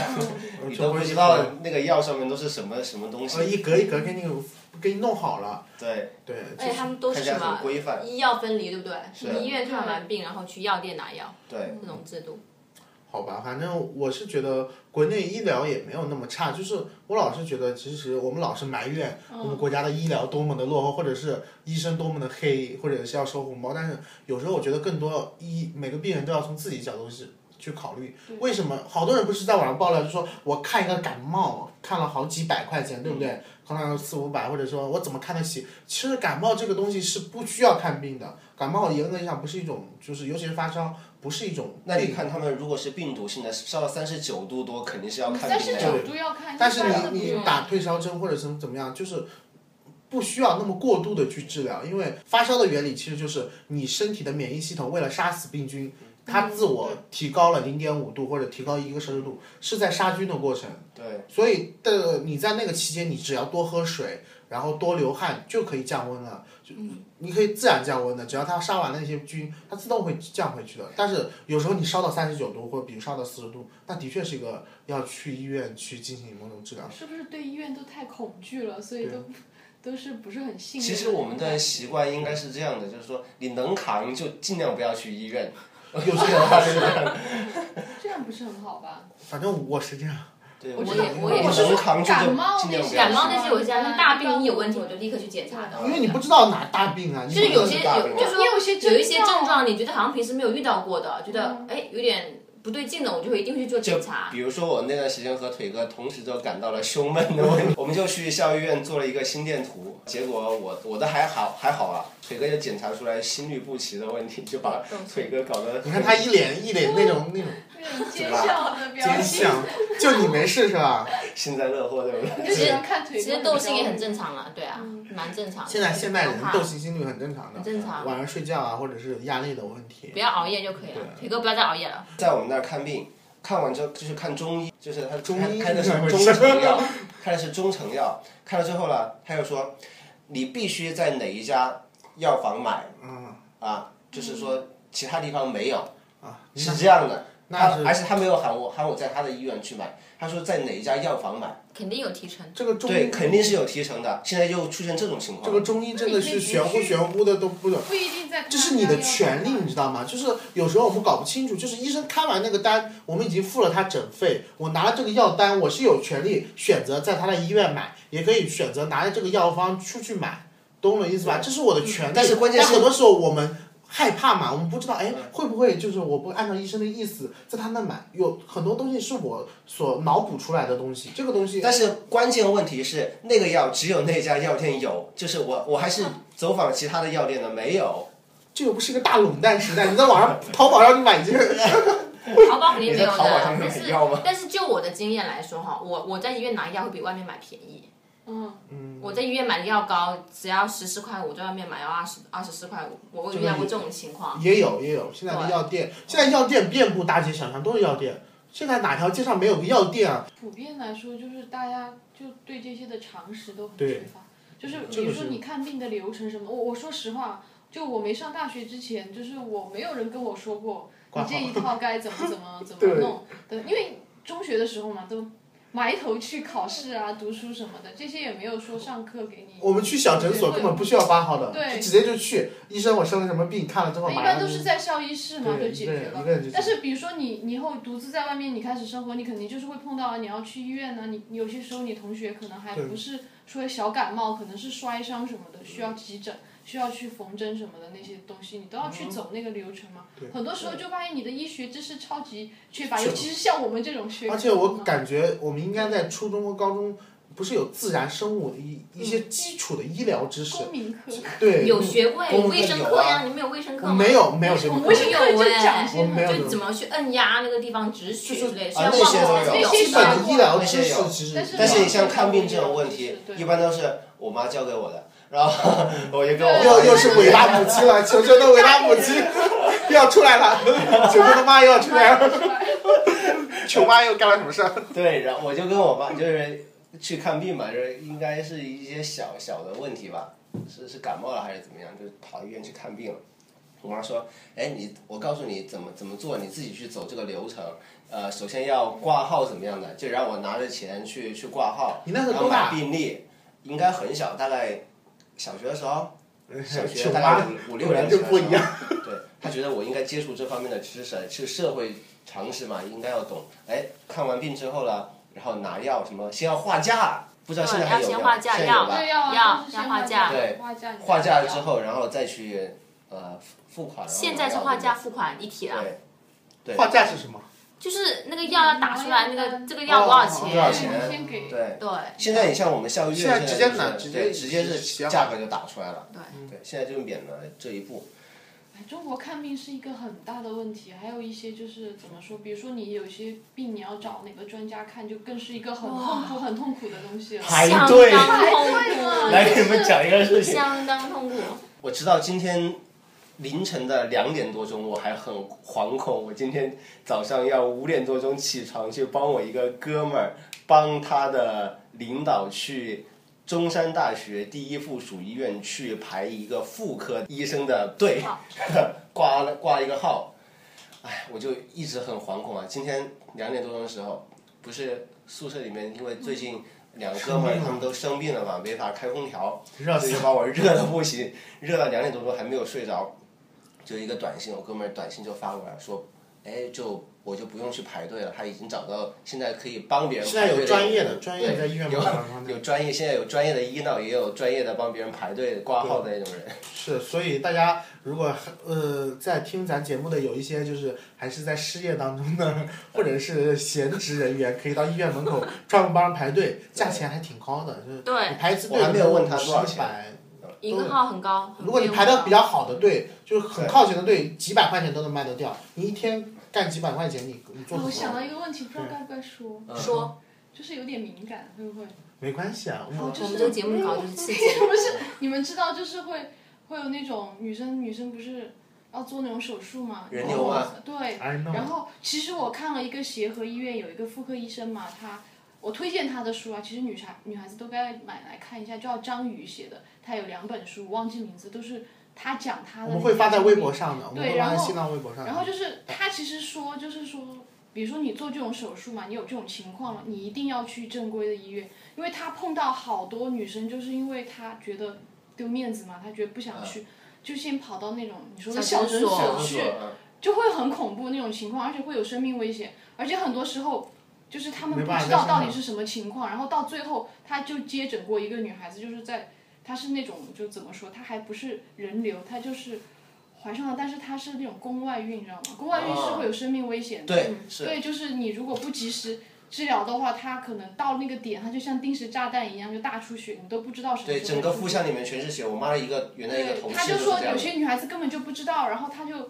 [SPEAKER 4] 你都不知道那个药上面都是什么什么东
[SPEAKER 1] 呃
[SPEAKER 4] 西。
[SPEAKER 1] 一格一格给你给你弄好了。
[SPEAKER 4] 对，
[SPEAKER 1] 对，
[SPEAKER 6] 而哎且他们都
[SPEAKER 4] 看
[SPEAKER 6] 是
[SPEAKER 4] 起来
[SPEAKER 6] 什
[SPEAKER 4] 很
[SPEAKER 6] 么嗯
[SPEAKER 4] 规范
[SPEAKER 6] 医药分离，对不对？
[SPEAKER 4] 是
[SPEAKER 6] 你医院看完病，然后去药店拿药，
[SPEAKER 4] 对，
[SPEAKER 6] 这种制度。
[SPEAKER 1] 好吧，反正我是觉得国内医疗也没有那么差，就是我老是觉得，其实我们老是埋怨我们国家的医疗多么的落后，或者是医生多么的黑，或者是要收红包，但是有时候我觉得更多医每个病人都要从自己角度是去考虑，为什么好多人不是在网上爆料，就说我看一个感冒看了好几百块钱，对不对？可能四五百，或者说我怎么看得起？其实感冒这个东西是不需要看病的，感冒严格意义上不是一种，就是尤其是发烧，不是一种
[SPEAKER 4] 那你
[SPEAKER 1] 病
[SPEAKER 4] 看他们如果是病毒性的，烧到三十九度多，肯定是要
[SPEAKER 6] 嗯
[SPEAKER 4] 看
[SPEAKER 5] 但
[SPEAKER 4] 病
[SPEAKER 5] 是
[SPEAKER 4] 的
[SPEAKER 5] 角
[SPEAKER 4] 呀。
[SPEAKER 5] 度要看，
[SPEAKER 1] 但是
[SPEAKER 5] 一般的
[SPEAKER 1] 你
[SPEAKER 5] 不用
[SPEAKER 1] 你打退烧针或者怎么怎么样，就是不需要那么过度的去治疗，因为发烧的原理其实就是你身体的免疫系统为了杀死病菌，
[SPEAKER 5] 嗯
[SPEAKER 1] 它自我提高了零点五度或者提高一个摄氏度，是在杀菌的过程。
[SPEAKER 4] 对，
[SPEAKER 1] 所以的你在那个期间，你只要多喝水，然后多流汗就可以降温了。就你可以自然降温的，只要它杀完那些菌，它自动会降回去的。但是有时候你烧到三十九度，或者比如烧到四十度，那的确是一个要去医院去进行某种治疗。
[SPEAKER 5] 是不是对医院都太恐惧了，所以都 [LAUGHS] 都是不是很信任？
[SPEAKER 4] 其实我们的习惯应该是这样的，就是说你能扛就尽量不要去医院。
[SPEAKER 1] 有些人他是，
[SPEAKER 5] 这样不是很好吧？
[SPEAKER 1] 反正我是这样，
[SPEAKER 4] 对，
[SPEAKER 6] 我
[SPEAKER 4] 我
[SPEAKER 6] 觉得我也
[SPEAKER 4] 能
[SPEAKER 6] 是
[SPEAKER 4] 扛住
[SPEAKER 5] 感冒
[SPEAKER 4] 就尽量
[SPEAKER 5] 那
[SPEAKER 4] 不要去
[SPEAKER 6] 感
[SPEAKER 5] 些
[SPEAKER 6] 冒那些我家那大病你有问题，
[SPEAKER 5] 嗯
[SPEAKER 6] 我就立刻去检查的。
[SPEAKER 5] 嗯
[SPEAKER 1] 因为你不知道哪大病啊，你
[SPEAKER 6] 就是有些
[SPEAKER 1] 不知道哪大
[SPEAKER 6] 有，
[SPEAKER 1] 病
[SPEAKER 6] 就
[SPEAKER 1] 啊
[SPEAKER 6] 是
[SPEAKER 5] [LAUGHS] 你有些
[SPEAKER 6] 有一些
[SPEAKER 5] 症状
[SPEAKER 6] 症状，你觉得好像平时没有遇到过的，觉得
[SPEAKER 5] 嗯
[SPEAKER 6] 哎有点不对劲的，我就会一定会去做检查。
[SPEAKER 4] 比如说我那段时间和腿哥同时都感到了胸闷的问题，我们就去校医院做了一个心电图，结果我我的还好还好啊，腿哥就检查出来心律不齐的问题，就把腿哥搞得
[SPEAKER 1] 你看他一脸一脸那种那种
[SPEAKER 5] 有点奸笑的表
[SPEAKER 1] 奸
[SPEAKER 5] 情，
[SPEAKER 6] [LAUGHS]
[SPEAKER 1] 相，就你没事是吧？
[SPEAKER 4] 幸灾乐祸，对不
[SPEAKER 5] 你
[SPEAKER 4] 对？
[SPEAKER 5] 就喜欢看腿。
[SPEAKER 6] 其实窦性也很。正常了，对啊，蛮正常的。
[SPEAKER 1] 现在现代人
[SPEAKER 6] 不用怕
[SPEAKER 1] 斗心心率很正常的，
[SPEAKER 6] 很正常
[SPEAKER 1] 晚上睡觉啊，或者是压力的问题
[SPEAKER 6] 不。要熬夜就可以了。腿哥不要再熬夜了。
[SPEAKER 4] 在我们那儿看病，看完之后就是看中医，就是他
[SPEAKER 1] 中医
[SPEAKER 4] 开开的是
[SPEAKER 1] 怎么回
[SPEAKER 4] 中
[SPEAKER 1] 事
[SPEAKER 4] 成药， [LAUGHS] 开的是中成药，看了之后呢，他又说你必须在哪一家药房买
[SPEAKER 1] 嗯
[SPEAKER 4] 啊，就是说其他地方没有，
[SPEAKER 1] 啊，
[SPEAKER 4] 是这样的。
[SPEAKER 1] 那
[SPEAKER 4] 他
[SPEAKER 1] 是
[SPEAKER 4] 而且他没有喊我喊我在他的医院去买，他说在哪一家药房买，
[SPEAKER 6] 肯定有提成，
[SPEAKER 1] 这个中
[SPEAKER 4] 对，
[SPEAKER 1] 医，
[SPEAKER 4] 肯定是有提成的。现在又出现这种情
[SPEAKER 1] 这
[SPEAKER 4] 况，
[SPEAKER 1] 个中医真的是玄乎玄乎的都不懂。
[SPEAKER 5] 不一定在。
[SPEAKER 1] 这是你的权利，你。知道吗？就是有时候我们搞不清楚，就是医生开完那个单，我们已经付了他诊费，我拿了这个药单，我是有权利选择在他的医院买，也可以选择拿着这个药方出去买，懂我的意思吧？这是我的权利。
[SPEAKER 4] 但是关键是
[SPEAKER 1] 很多时候我们。害怕嘛，我们不知道，哎
[SPEAKER 4] 嗯，
[SPEAKER 1] 会不会就是我不按照医生的意思在他那买？有很多东西是我所脑补出来的东西，这个东西
[SPEAKER 4] 但是关键问题是那个药只有那家药店有，就是我我还是走访其他的药店的没有。
[SPEAKER 1] 这又不是个大垄断时代，你在网 [LAUGHS] 上淘宝上你买这个，
[SPEAKER 6] 淘宝肯定
[SPEAKER 4] 你
[SPEAKER 6] 没
[SPEAKER 4] 在
[SPEAKER 6] 有
[SPEAKER 4] 淘宝上
[SPEAKER 6] 的。
[SPEAKER 4] 面买
[SPEAKER 6] 但是
[SPEAKER 4] 药吗？
[SPEAKER 6] 但是就我的经验来说哈，我我在医院拿药会比外面买便宜。
[SPEAKER 5] 嗯，
[SPEAKER 6] 我在医院买的药膏只要十四块五，在外面买要二十二十四块五，我有遇到过这种情况。
[SPEAKER 1] 也有也有，现在的药店，现在药店遍布大街小巷都是药店。现在哪条街上没有个药店啊？
[SPEAKER 5] 普遍来说，就是大家就对这些的常识都很
[SPEAKER 1] 对
[SPEAKER 5] 缺乏。就是
[SPEAKER 1] 这
[SPEAKER 5] 比
[SPEAKER 1] 个
[SPEAKER 5] 如
[SPEAKER 1] 是
[SPEAKER 5] 说你看病的流程什么，我我说实话，就我没上大学之前，就是我没有人跟我说过你
[SPEAKER 1] 挂号 [LAUGHS]
[SPEAKER 5] 这一套该怎么怎么怎么
[SPEAKER 1] 对
[SPEAKER 5] 弄对，因为中学的时候嘛，都埋头去考试啊、读书什么的，这些也没有说上课给你。
[SPEAKER 1] 我们去小诊所根本不需要挂号的，
[SPEAKER 5] 对
[SPEAKER 1] 就直接就去。医生，我生了什么病？看了之后
[SPEAKER 5] 一
[SPEAKER 1] 马
[SPEAKER 5] 般
[SPEAKER 1] 上
[SPEAKER 5] 都
[SPEAKER 1] 就是
[SPEAKER 5] 在校医室嘛，就
[SPEAKER 1] 对
[SPEAKER 5] 解
[SPEAKER 1] 一个人
[SPEAKER 5] 决
[SPEAKER 1] 一个人
[SPEAKER 5] 了
[SPEAKER 1] 就。
[SPEAKER 5] 但是比如说你你以后独自在外面，你开始生活，你肯定就是会碰到啊，你要去医院呢、你你有些时候你同学可能还
[SPEAKER 1] 对
[SPEAKER 5] 不是说小感冒，可能是摔伤什么的，需要急诊。需要去缝针什么的那些东西，你都要
[SPEAKER 1] 哦
[SPEAKER 5] 去走那个流程嘛。很多时候就发现你的医学知识超级缺乏，尤其是像我们这种学科。
[SPEAKER 1] 而且我感觉我们应该在初中和高中，不是有自然生物一一些基础的医疗知识？
[SPEAKER 5] 公民课，
[SPEAKER 1] 对，
[SPEAKER 6] 有学过
[SPEAKER 1] 公
[SPEAKER 6] 卫生课呀，你们有卫生课吗？
[SPEAKER 1] 没有没有这
[SPEAKER 5] 我
[SPEAKER 1] 种
[SPEAKER 5] 们
[SPEAKER 1] 课
[SPEAKER 5] 卫，生
[SPEAKER 6] 有
[SPEAKER 5] 课就
[SPEAKER 6] 哎
[SPEAKER 5] 讲
[SPEAKER 1] 我没有
[SPEAKER 5] 些，
[SPEAKER 1] 这
[SPEAKER 6] 就
[SPEAKER 1] 种
[SPEAKER 6] 怎么去按压那个地方止血之类的，
[SPEAKER 4] 啊
[SPEAKER 6] 虽然
[SPEAKER 4] 那
[SPEAKER 6] 忘
[SPEAKER 4] 些
[SPEAKER 6] 了，但
[SPEAKER 4] 都
[SPEAKER 6] 是
[SPEAKER 4] 有
[SPEAKER 6] 有。
[SPEAKER 1] 基本的医疗知识其实
[SPEAKER 5] 但是
[SPEAKER 4] 但是你
[SPEAKER 1] 有
[SPEAKER 4] 像看病这种问题，
[SPEAKER 5] 啊对啊嗯
[SPEAKER 4] 一般都是我妈教给我的，然后 [LAUGHS] 我就跟
[SPEAKER 5] 对
[SPEAKER 4] 我
[SPEAKER 5] 啊
[SPEAKER 4] 妈
[SPEAKER 1] [LAUGHS] 又又是伟大母鸡了，球球的伟大母鸡
[SPEAKER 4] [LAUGHS]
[SPEAKER 1] 要出来了，球球的妈又要出来了，球妈又干了什么事儿？
[SPEAKER 4] 对，然后我就跟我妈就是去看病嘛，就是应该是一些小小的问题吧，是是感冒了还是怎么样，就跑到医院去看病了。我妈说：“哎，你我告诉你怎么怎么做，你自己去走这个流程。呃，首先要挂号怎么样的，就让我拿着钱去去挂号，
[SPEAKER 1] 你那时候
[SPEAKER 4] 然后
[SPEAKER 1] 多大
[SPEAKER 4] 买病历，应该很小，大概小学的时候，
[SPEAKER 1] [LAUGHS]
[SPEAKER 4] 呃小学
[SPEAKER 1] 球
[SPEAKER 4] 大概
[SPEAKER 1] 妈
[SPEAKER 4] 五五六
[SPEAKER 1] 果然
[SPEAKER 4] 年
[SPEAKER 1] 就
[SPEAKER 4] 级的时
[SPEAKER 1] 不
[SPEAKER 4] 候
[SPEAKER 1] 一。样。
[SPEAKER 4] [LAUGHS] 对他觉得我应该接触这方面的知识，是社会常识嘛，应该要懂。哎，看完病之后呢，然后拿药什么，先要画架，不知道现在还有没有？
[SPEAKER 6] 嗯要先画架
[SPEAKER 4] 现在有
[SPEAKER 6] 吧
[SPEAKER 4] 吧
[SPEAKER 5] 对？要
[SPEAKER 6] 要
[SPEAKER 5] 啊，
[SPEAKER 6] 要画
[SPEAKER 5] 画
[SPEAKER 6] 架
[SPEAKER 4] 对
[SPEAKER 5] 画架，
[SPEAKER 4] 画架了之后，然后再去呃付付款。然后拿
[SPEAKER 6] 现在是
[SPEAKER 4] 药
[SPEAKER 6] 画价
[SPEAKER 4] 对
[SPEAKER 6] 付款一体了，
[SPEAKER 4] 对
[SPEAKER 1] 画架是什么？
[SPEAKER 6] 就是那个药要打出来，那个这个药
[SPEAKER 1] 哦
[SPEAKER 6] 多少
[SPEAKER 1] 多少
[SPEAKER 6] 钱？
[SPEAKER 4] 钱
[SPEAKER 5] 对先给
[SPEAKER 4] 不对。对
[SPEAKER 6] 对，
[SPEAKER 4] 现在你像我们校医
[SPEAKER 1] 现在
[SPEAKER 4] 院
[SPEAKER 1] 直
[SPEAKER 4] 就
[SPEAKER 1] 接
[SPEAKER 4] 是
[SPEAKER 1] 拿直接
[SPEAKER 4] 对直接
[SPEAKER 1] 写
[SPEAKER 4] 是
[SPEAKER 1] 好
[SPEAKER 4] 价格就打出来了。
[SPEAKER 6] 对
[SPEAKER 4] 对，现在就免了这一步。
[SPEAKER 5] 中国看病是一个很大的问题，还有一些就是怎么说，比如说你有些病你要找哪个专家看，就更是一个很痛苦、很痛苦的东
[SPEAKER 6] [LAUGHS]
[SPEAKER 5] 西了。
[SPEAKER 4] 排
[SPEAKER 1] 哎
[SPEAKER 6] 相
[SPEAKER 4] 队
[SPEAKER 6] 当
[SPEAKER 5] 排
[SPEAKER 6] 痛
[SPEAKER 5] 队
[SPEAKER 6] 苦，
[SPEAKER 5] 呢
[SPEAKER 4] 来给你们讲一个事情，
[SPEAKER 6] 相当痛苦。
[SPEAKER 4] 我直到今天凌晨的两点多钟，我还很惶恐。我今天早上要五点多钟起床去帮我一个哥们儿，帮他的领导去中山大学第一附属医院去排一个妇科医生的
[SPEAKER 1] [LAUGHS]
[SPEAKER 4] 队
[SPEAKER 6] 啊，
[SPEAKER 4] 挂了挂了一个号。哎，我就一直很惶恐啊。今天两点多钟的时候，不是宿舍里面，因为最近两个哥们儿
[SPEAKER 1] 生病了
[SPEAKER 4] 他们都生病了嘛，没法开空调。
[SPEAKER 1] 热
[SPEAKER 4] 这
[SPEAKER 1] 死
[SPEAKER 4] 就把我热的不行，热到两点多钟还没有睡着，就一个短信，我哥们儿短信就发过来说，哎，就我就不用去排队了，他已经找到现在可以帮别人
[SPEAKER 1] 现在
[SPEAKER 4] 排队
[SPEAKER 1] 有
[SPEAKER 4] 的
[SPEAKER 1] 专业
[SPEAKER 4] 人
[SPEAKER 1] 的，专业在医院
[SPEAKER 4] 有
[SPEAKER 1] 帮
[SPEAKER 4] [LAUGHS]
[SPEAKER 1] [LAUGHS] 忙的
[SPEAKER 4] 有专业，现在有专业的医闹，也有专业的帮别人排队挂号的那种人。
[SPEAKER 1] 是，所以大家如果呃在听咱节目的有一些就是还是在失业当中的，或者是闲职人员，可以到医院门
[SPEAKER 4] [LAUGHS]
[SPEAKER 1] 口专门帮人排队，价钱还挺高的，就是
[SPEAKER 6] 对
[SPEAKER 1] 你排一次队
[SPEAKER 4] 我还没有问他
[SPEAKER 1] 50
[SPEAKER 4] 多少钱
[SPEAKER 1] 100
[SPEAKER 6] 一个号很高，
[SPEAKER 1] 如果你排的比较好的队，就是很靠前的队，几百块钱都能卖得掉。你一天干几百块钱，你你做
[SPEAKER 5] 啊
[SPEAKER 1] 什
[SPEAKER 5] 我想
[SPEAKER 1] 么？
[SPEAKER 5] 到一个问题，不知道该不该说，
[SPEAKER 4] 嗯
[SPEAKER 6] 说，
[SPEAKER 5] 就是有点敏感，会不会？
[SPEAKER 1] 没关系啊，
[SPEAKER 5] 我
[SPEAKER 1] 我
[SPEAKER 5] 就
[SPEAKER 6] 我
[SPEAKER 5] 是
[SPEAKER 6] 们这个节目搞就是刺激，
[SPEAKER 5] 不是，你们知道就是会会有那种女生女生不是要做那种手术嘛？
[SPEAKER 4] 人流啊
[SPEAKER 5] 对，
[SPEAKER 1] I know
[SPEAKER 5] 然后其实我看了一个协和医院有一个妇科医生嘛，他我推荐他的书啊，其实女孩女孩子都该买来看一下，叫张宇写的，他有两本书，忘记名字，都是他讲他的。
[SPEAKER 1] 我们会发在微博。上的，我们
[SPEAKER 5] 对
[SPEAKER 1] 会发在
[SPEAKER 5] 然后
[SPEAKER 1] 新浪微博上的。
[SPEAKER 5] 然后就是他其实说，就是说，比如说你做这种手术嘛，你有这种情况了，你一定要去正规的医院，因为他碰到好多女生，就是因为他觉得丢面子嘛，他觉得不
[SPEAKER 1] 嗯
[SPEAKER 5] 想去，就先跑到那种你说的
[SPEAKER 6] 小
[SPEAKER 5] 小
[SPEAKER 6] 诊
[SPEAKER 5] 诊
[SPEAKER 6] 所
[SPEAKER 5] 所
[SPEAKER 4] 嗯
[SPEAKER 5] 去，就会很恐怖那种情况，而且会有生命危险，而且很多时候就是他们
[SPEAKER 1] 没
[SPEAKER 5] 不
[SPEAKER 1] 办法
[SPEAKER 5] 知
[SPEAKER 1] 再
[SPEAKER 5] 道
[SPEAKER 1] 生
[SPEAKER 5] 到
[SPEAKER 1] 了
[SPEAKER 5] 底是什么情况，然后到最后他就接诊过一个女孩子，就是在她是那种就怎么说，她还不是人流，她就是怀上了，但是她是那种宫外孕，你知道吗？宫外孕是
[SPEAKER 4] 哦
[SPEAKER 5] 会有生命危险嗯的，
[SPEAKER 4] 对，是
[SPEAKER 5] 对，就是你如果不及时。治疗的话，她可能到那个点，她就像定时炸弹一样，就大出血，你都不知道什么时候
[SPEAKER 4] 对，
[SPEAKER 5] 会
[SPEAKER 4] 整个
[SPEAKER 5] 出
[SPEAKER 4] 腹
[SPEAKER 5] 血
[SPEAKER 4] 腔里面全是血。我妈的一个原来一个同
[SPEAKER 5] 对，他
[SPEAKER 4] 事
[SPEAKER 5] 就
[SPEAKER 4] 就是
[SPEAKER 5] 说
[SPEAKER 4] 这样
[SPEAKER 5] 有
[SPEAKER 4] 的。
[SPEAKER 5] 些女孩子根本就不知道，然后他就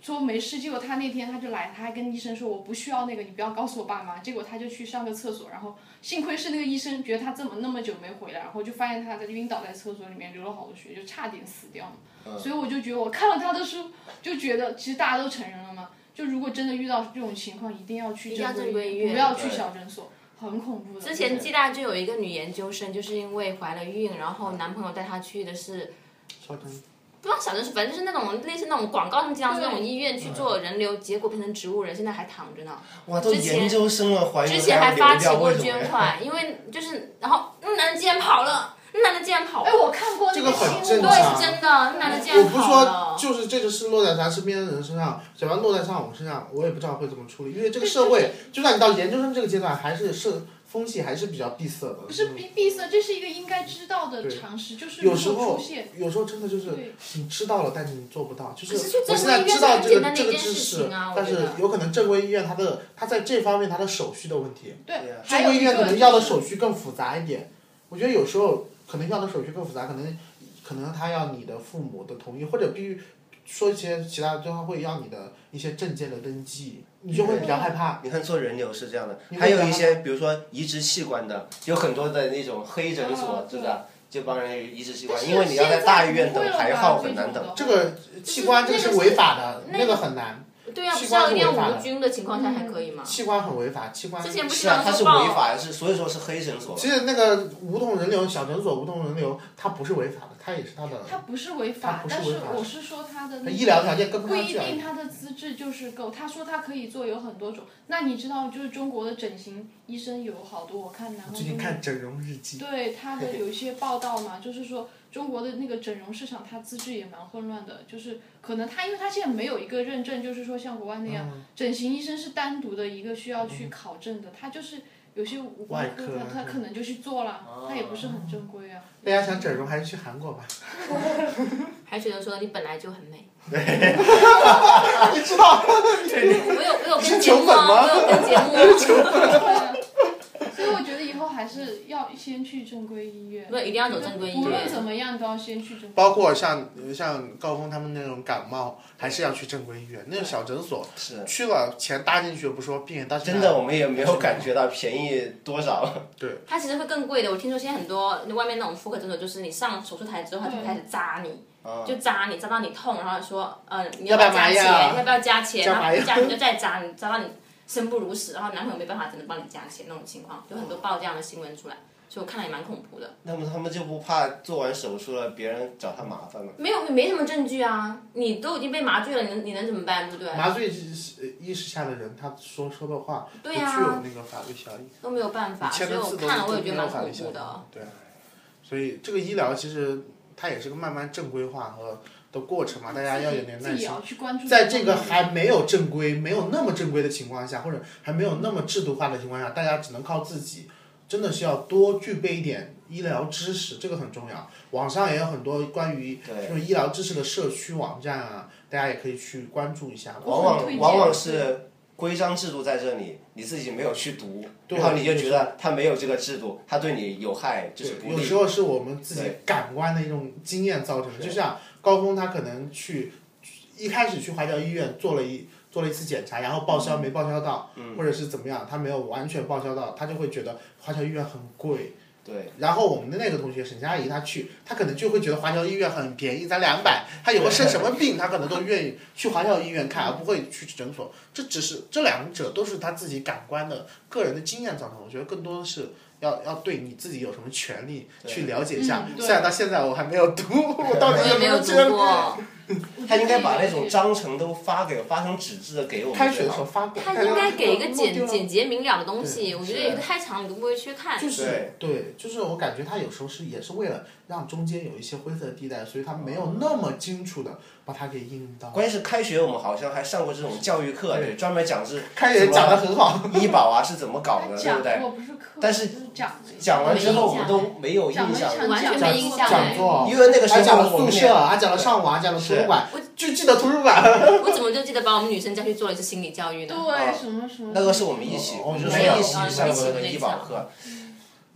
[SPEAKER 5] 说没事，结果他那天他就来，他还跟医生说我不需要那个，你不要告诉我爸妈。结果他就去上个厕所，然后幸亏是那个医生觉得他这么那么久没回来，然后就发现他在晕倒在厕所里面流了好多血，就差点死掉嘛。
[SPEAKER 4] 嗯
[SPEAKER 5] 所以我就觉得我看了他的书，就觉得其实大家都成人了嘛，就如果真的遇到这种情况，一定要去
[SPEAKER 6] 一定要正规
[SPEAKER 5] 医
[SPEAKER 6] 医院
[SPEAKER 5] 不要去
[SPEAKER 4] 对
[SPEAKER 5] 小诊所，很恐怖的。
[SPEAKER 6] 之前暨大就有一个女研究生，就是因为怀了孕，然后男朋友带她去的是
[SPEAKER 1] 稍等
[SPEAKER 6] 不知道小诊所，反正就是那种类似那种广告，他们经常是那种医院
[SPEAKER 4] 嗯
[SPEAKER 6] 去做人流，结果变成植物人，现在还躺着呢。
[SPEAKER 4] 哇，都
[SPEAKER 6] 之前
[SPEAKER 4] 研究生了，怀孕
[SPEAKER 6] 之
[SPEAKER 4] 了
[SPEAKER 6] 前
[SPEAKER 4] 还
[SPEAKER 6] 还
[SPEAKER 4] 要
[SPEAKER 6] 发
[SPEAKER 4] 流
[SPEAKER 6] 起
[SPEAKER 4] 掉
[SPEAKER 6] 过
[SPEAKER 4] 为什么
[SPEAKER 6] 捐
[SPEAKER 4] 呀？
[SPEAKER 6] 款，因为就是然后那男的竟然跑了，那男的竟然跑了
[SPEAKER 5] 哎，，我看过那
[SPEAKER 1] 这个很
[SPEAKER 5] 新
[SPEAKER 1] 正
[SPEAKER 5] 闻，
[SPEAKER 6] 对，
[SPEAKER 1] 常
[SPEAKER 6] 是真的，那男的竟
[SPEAKER 1] 我
[SPEAKER 6] 然
[SPEAKER 1] 不是
[SPEAKER 6] 跑
[SPEAKER 1] 说
[SPEAKER 6] 了，。
[SPEAKER 1] 就是这个事落在咱身边的人身上，只要落在像我们身上，我也不知道会怎么处理，因为这个社会，就算你到研究生这个阶段，还是是风气还是比较闭塞的。
[SPEAKER 5] 不是闭闭塞，这是一个应该知道的
[SPEAKER 1] 对
[SPEAKER 5] 常识，就是如
[SPEAKER 1] 有
[SPEAKER 5] 果
[SPEAKER 1] 时候
[SPEAKER 5] 出现，
[SPEAKER 1] 有时候真的就是
[SPEAKER 5] 对
[SPEAKER 1] 你知道了，但是你做不到。就
[SPEAKER 6] 可是去
[SPEAKER 1] 我
[SPEAKER 6] 正
[SPEAKER 1] 现
[SPEAKER 6] 规
[SPEAKER 1] 在
[SPEAKER 6] 医院
[SPEAKER 1] 知道
[SPEAKER 6] 是很
[SPEAKER 1] 这
[SPEAKER 6] 简
[SPEAKER 1] 个
[SPEAKER 6] 单的
[SPEAKER 1] 这
[SPEAKER 6] 一
[SPEAKER 1] 个
[SPEAKER 6] 件
[SPEAKER 1] 知
[SPEAKER 6] 事
[SPEAKER 1] 识
[SPEAKER 6] 情啊，我
[SPEAKER 1] 但
[SPEAKER 6] 觉
[SPEAKER 1] 是
[SPEAKER 6] 得。
[SPEAKER 1] 有可能正规医院它的它在这方面它的手续的问题，
[SPEAKER 4] 对呀
[SPEAKER 5] 还
[SPEAKER 1] 正
[SPEAKER 5] 有
[SPEAKER 1] 规医
[SPEAKER 5] 一
[SPEAKER 1] 院可
[SPEAKER 5] 个
[SPEAKER 1] 能
[SPEAKER 5] 就
[SPEAKER 1] 要的
[SPEAKER 5] 是
[SPEAKER 1] 手续更复杂一点。我觉得有时候可能要的手续更复杂，可能可能他要你的父母的同意，或者必须说一些其他，就他会要你的一些证件的登记，你就会比较害怕。
[SPEAKER 4] 你看做人流是这样的
[SPEAKER 1] 你，会
[SPEAKER 4] 还有一
[SPEAKER 1] 想
[SPEAKER 4] 些比如说移植器官的，有很多的那种黑诊所
[SPEAKER 5] 哦，
[SPEAKER 4] 对吧？就帮人移植器官，
[SPEAKER 5] 但
[SPEAKER 4] 因为
[SPEAKER 5] 是
[SPEAKER 4] 你要在
[SPEAKER 5] 现
[SPEAKER 4] 大
[SPEAKER 5] 在
[SPEAKER 4] 医院
[SPEAKER 5] 不
[SPEAKER 4] 等
[SPEAKER 5] 会了
[SPEAKER 4] 排
[SPEAKER 5] 吧
[SPEAKER 4] 号
[SPEAKER 5] 这
[SPEAKER 4] 很难
[SPEAKER 5] 种
[SPEAKER 4] 等。
[SPEAKER 5] 的
[SPEAKER 1] 这个器官这个
[SPEAKER 6] 那
[SPEAKER 1] 是
[SPEAKER 6] 个
[SPEAKER 1] 违法的，
[SPEAKER 6] 那
[SPEAKER 1] 那
[SPEAKER 6] 个
[SPEAKER 1] 个很难，
[SPEAKER 6] 对啊，不
[SPEAKER 1] 器
[SPEAKER 6] 是要
[SPEAKER 1] 官
[SPEAKER 6] 一
[SPEAKER 1] 是
[SPEAKER 6] 定要
[SPEAKER 1] 违法
[SPEAKER 6] 无
[SPEAKER 1] 的
[SPEAKER 6] 菌的情况下才可以吗？
[SPEAKER 1] 器官很违法，器官
[SPEAKER 6] 之。前不
[SPEAKER 4] 是啊，
[SPEAKER 6] 让
[SPEAKER 4] 它
[SPEAKER 6] 都
[SPEAKER 4] 是违
[SPEAKER 6] 报
[SPEAKER 4] 法，的，是所以说是黑诊所。
[SPEAKER 1] 其实那个无痛人流小诊所无痛人流，它不是违法的，它也是它的，
[SPEAKER 5] 它不是违法，
[SPEAKER 1] 它不是
[SPEAKER 5] 但
[SPEAKER 1] 违
[SPEAKER 5] 是
[SPEAKER 1] 法
[SPEAKER 5] 我是说它的
[SPEAKER 1] 它
[SPEAKER 5] 那个
[SPEAKER 1] 医疗条件跟
[SPEAKER 5] 不
[SPEAKER 1] 上
[SPEAKER 5] 一
[SPEAKER 1] 去而已
[SPEAKER 5] 定，他的资质就是够。他说他可以做有很多种，那你知道就是中国的整形医生有好多，我看南
[SPEAKER 1] 我
[SPEAKER 5] 方
[SPEAKER 1] 最
[SPEAKER 5] 中
[SPEAKER 1] 近
[SPEAKER 5] 国
[SPEAKER 1] 看《整容日记》，
[SPEAKER 5] 对他
[SPEAKER 1] [LAUGHS]
[SPEAKER 5] 的有一些报道嘛，就是说中国的那个整容市场，它资质也蛮混乱的，就是可能他因为他现在没有一个认证，就是说像国外那样，
[SPEAKER 1] 嗯
[SPEAKER 5] 整形医生是单独的一个需要去考证的，他就是有些无
[SPEAKER 1] 外
[SPEAKER 5] 关科
[SPEAKER 1] 科啊哦
[SPEAKER 5] 他他可能就去做了，他也不是很正规啊。
[SPEAKER 1] 大家想整容还是去韩国吧？
[SPEAKER 6] 还觉得说你本来就很美。
[SPEAKER 1] [LAUGHS] 你知道
[SPEAKER 6] 我有我有
[SPEAKER 1] 你是
[SPEAKER 6] 跟节目
[SPEAKER 1] 穷粉吗
[SPEAKER 6] 啊，我有跟节目啊，
[SPEAKER 5] 对啊所以我觉得以后还是要先去正规医院。
[SPEAKER 6] 不一定要走正规医
[SPEAKER 5] 无论
[SPEAKER 6] 院。
[SPEAKER 5] 怎么样都要先去正规。
[SPEAKER 1] 包括像像高峰他们那种感冒，还是要去正规医院，那种小诊所
[SPEAKER 4] 是，
[SPEAKER 1] 去了钱搭进去不说，病人到现在
[SPEAKER 4] 真的我们也没有感觉到便宜多少。
[SPEAKER 6] 它其实会更贵的。我听说现在很多外面那种妇科诊所，就是你上手术台之后，它就开始扎你，就扎你，扎到你痛，然后说，呃，你要不
[SPEAKER 1] 啊要不
[SPEAKER 6] 要加
[SPEAKER 1] 要麻药
[SPEAKER 6] 钱？要不要加钱？
[SPEAKER 1] 加
[SPEAKER 6] 然
[SPEAKER 1] 麻
[SPEAKER 6] 后
[SPEAKER 1] 药
[SPEAKER 6] 不加钱就再扎你，扎到你生不如死，然后男朋友没办法，只能帮你加钱那种情况，有很多爆这样的新闻出来，所以我看了也蛮恐怖的。
[SPEAKER 4] 那么他们就不怕做完手术了别人找他麻烦吗？
[SPEAKER 1] 嗯
[SPEAKER 6] 没有，没什么证据啊，你都已经被麻醉了，你能你能怎么办，对不对？
[SPEAKER 1] 麻醉意意识下的人，他说说的话不具
[SPEAKER 6] 对呀
[SPEAKER 1] 有那个法律效应，
[SPEAKER 6] 都没有办法，
[SPEAKER 1] 签
[SPEAKER 6] 所以
[SPEAKER 1] 的
[SPEAKER 6] 我
[SPEAKER 1] 字都
[SPEAKER 6] 看了我也
[SPEAKER 1] 没
[SPEAKER 6] 觉得
[SPEAKER 1] 有
[SPEAKER 6] 蛮
[SPEAKER 1] 法
[SPEAKER 6] 恐
[SPEAKER 1] 律效
[SPEAKER 6] 怖
[SPEAKER 1] 应
[SPEAKER 6] 的。。
[SPEAKER 1] 嗯对，所以这个医疗其实它也是个慢慢正规化和的过程嘛，大家要有点耐
[SPEAKER 5] 自己
[SPEAKER 1] 心。
[SPEAKER 5] 也要去关注。
[SPEAKER 1] 在这个还没有正规、没有那么正规的情况下，或者还没有那么制度化的情况下，大家只能靠自己，真的是要多具备一点医疗知识，这个很重要。网上也有很多关于
[SPEAKER 4] 对
[SPEAKER 1] 就是医疗知识的社区网站啊，大家也可以去关注一下。
[SPEAKER 4] 往
[SPEAKER 5] 我很推
[SPEAKER 4] 往
[SPEAKER 5] 荐
[SPEAKER 4] 往往是规章制度在这里，你自己没有去读，
[SPEAKER 1] 对
[SPEAKER 4] 然后你就觉得他没有这个制度，他对你有害，就是
[SPEAKER 1] 对
[SPEAKER 4] 不
[SPEAKER 1] 有
[SPEAKER 4] 利。
[SPEAKER 1] 时候是我们自己
[SPEAKER 4] 对
[SPEAKER 1] 感官的一种经验造成的，
[SPEAKER 4] 是
[SPEAKER 1] 就像高峰他可能去一开始去华侨医院做了一做了一次检查，然后报
[SPEAKER 4] 嗯
[SPEAKER 1] 销没报销到，或者是怎么样，他没有完全报销到，他就会觉得华侨医院很贵。
[SPEAKER 4] 对，
[SPEAKER 1] 然后我们的那个同学沈佳宜，她去，她可能就会觉得华侨医院很便宜，才两百，她以后生什么病，她可能都愿意去华侨医院看，而不会去诊所。这只是这两者都是她自己感官的、个人的经验造成的。我觉得更多的是要要对你自己有什么权利
[SPEAKER 4] 对
[SPEAKER 1] 去了解一下。
[SPEAKER 5] 嗯对
[SPEAKER 1] 虽然到现在我还没有读，我到
[SPEAKER 6] 我
[SPEAKER 1] 底
[SPEAKER 6] 也
[SPEAKER 1] 有
[SPEAKER 6] 没有读
[SPEAKER 1] 捐？ [LAUGHS]
[SPEAKER 6] 过，
[SPEAKER 4] 他应该把那种章程都发给发成纸质的给我们
[SPEAKER 1] 开学
[SPEAKER 4] 最
[SPEAKER 1] 的时候
[SPEAKER 4] 好。
[SPEAKER 1] 发过，
[SPEAKER 6] 他应该给一个
[SPEAKER 1] [LAUGHS] 弄丢
[SPEAKER 6] 简
[SPEAKER 1] 了啊
[SPEAKER 6] 简洁明了的东西。我觉得
[SPEAKER 4] 是
[SPEAKER 6] 也太长你都不会去看。
[SPEAKER 1] 就是
[SPEAKER 4] 对
[SPEAKER 1] 对，就是我感觉他有时候是也是为了让中间有一些灰色地带，所以他没有那么清楚的把它给应用到。
[SPEAKER 4] 关键是开学我们好像还上过这种教育课，
[SPEAKER 1] 对
[SPEAKER 4] 就专门讲是
[SPEAKER 1] 开学讲的很好，
[SPEAKER 4] 医保啊是怎么搞的，对
[SPEAKER 5] 讲
[SPEAKER 4] 不对？
[SPEAKER 5] 过不是课，
[SPEAKER 4] 但是
[SPEAKER 5] 就是讲了一下
[SPEAKER 4] 讲完之后我们都没有印
[SPEAKER 5] 讲了一
[SPEAKER 4] 象，啊
[SPEAKER 5] 场
[SPEAKER 6] 完全
[SPEAKER 5] 讲
[SPEAKER 6] 没印
[SPEAKER 5] 座
[SPEAKER 6] 象哎
[SPEAKER 1] 讲座，
[SPEAKER 4] 因为那个时
[SPEAKER 1] 还讲了
[SPEAKER 4] 候我
[SPEAKER 1] 宿
[SPEAKER 4] 们
[SPEAKER 1] 舍，啊
[SPEAKER 4] 也
[SPEAKER 1] 还讲了上网，还讲了图书馆
[SPEAKER 6] 是，
[SPEAKER 1] 就记得图书馆。
[SPEAKER 6] [LAUGHS] 我怎么就记得把我们女生叫去做了一次心理教育呢？
[SPEAKER 5] 对什么什么
[SPEAKER 4] 那个是我们一起，
[SPEAKER 1] 哦
[SPEAKER 4] 我们
[SPEAKER 1] 哦
[SPEAKER 4] 没有一起
[SPEAKER 1] 哦
[SPEAKER 4] 上过那个
[SPEAKER 6] 一起
[SPEAKER 4] 医
[SPEAKER 5] 啊
[SPEAKER 4] 保课。
[SPEAKER 5] 嗯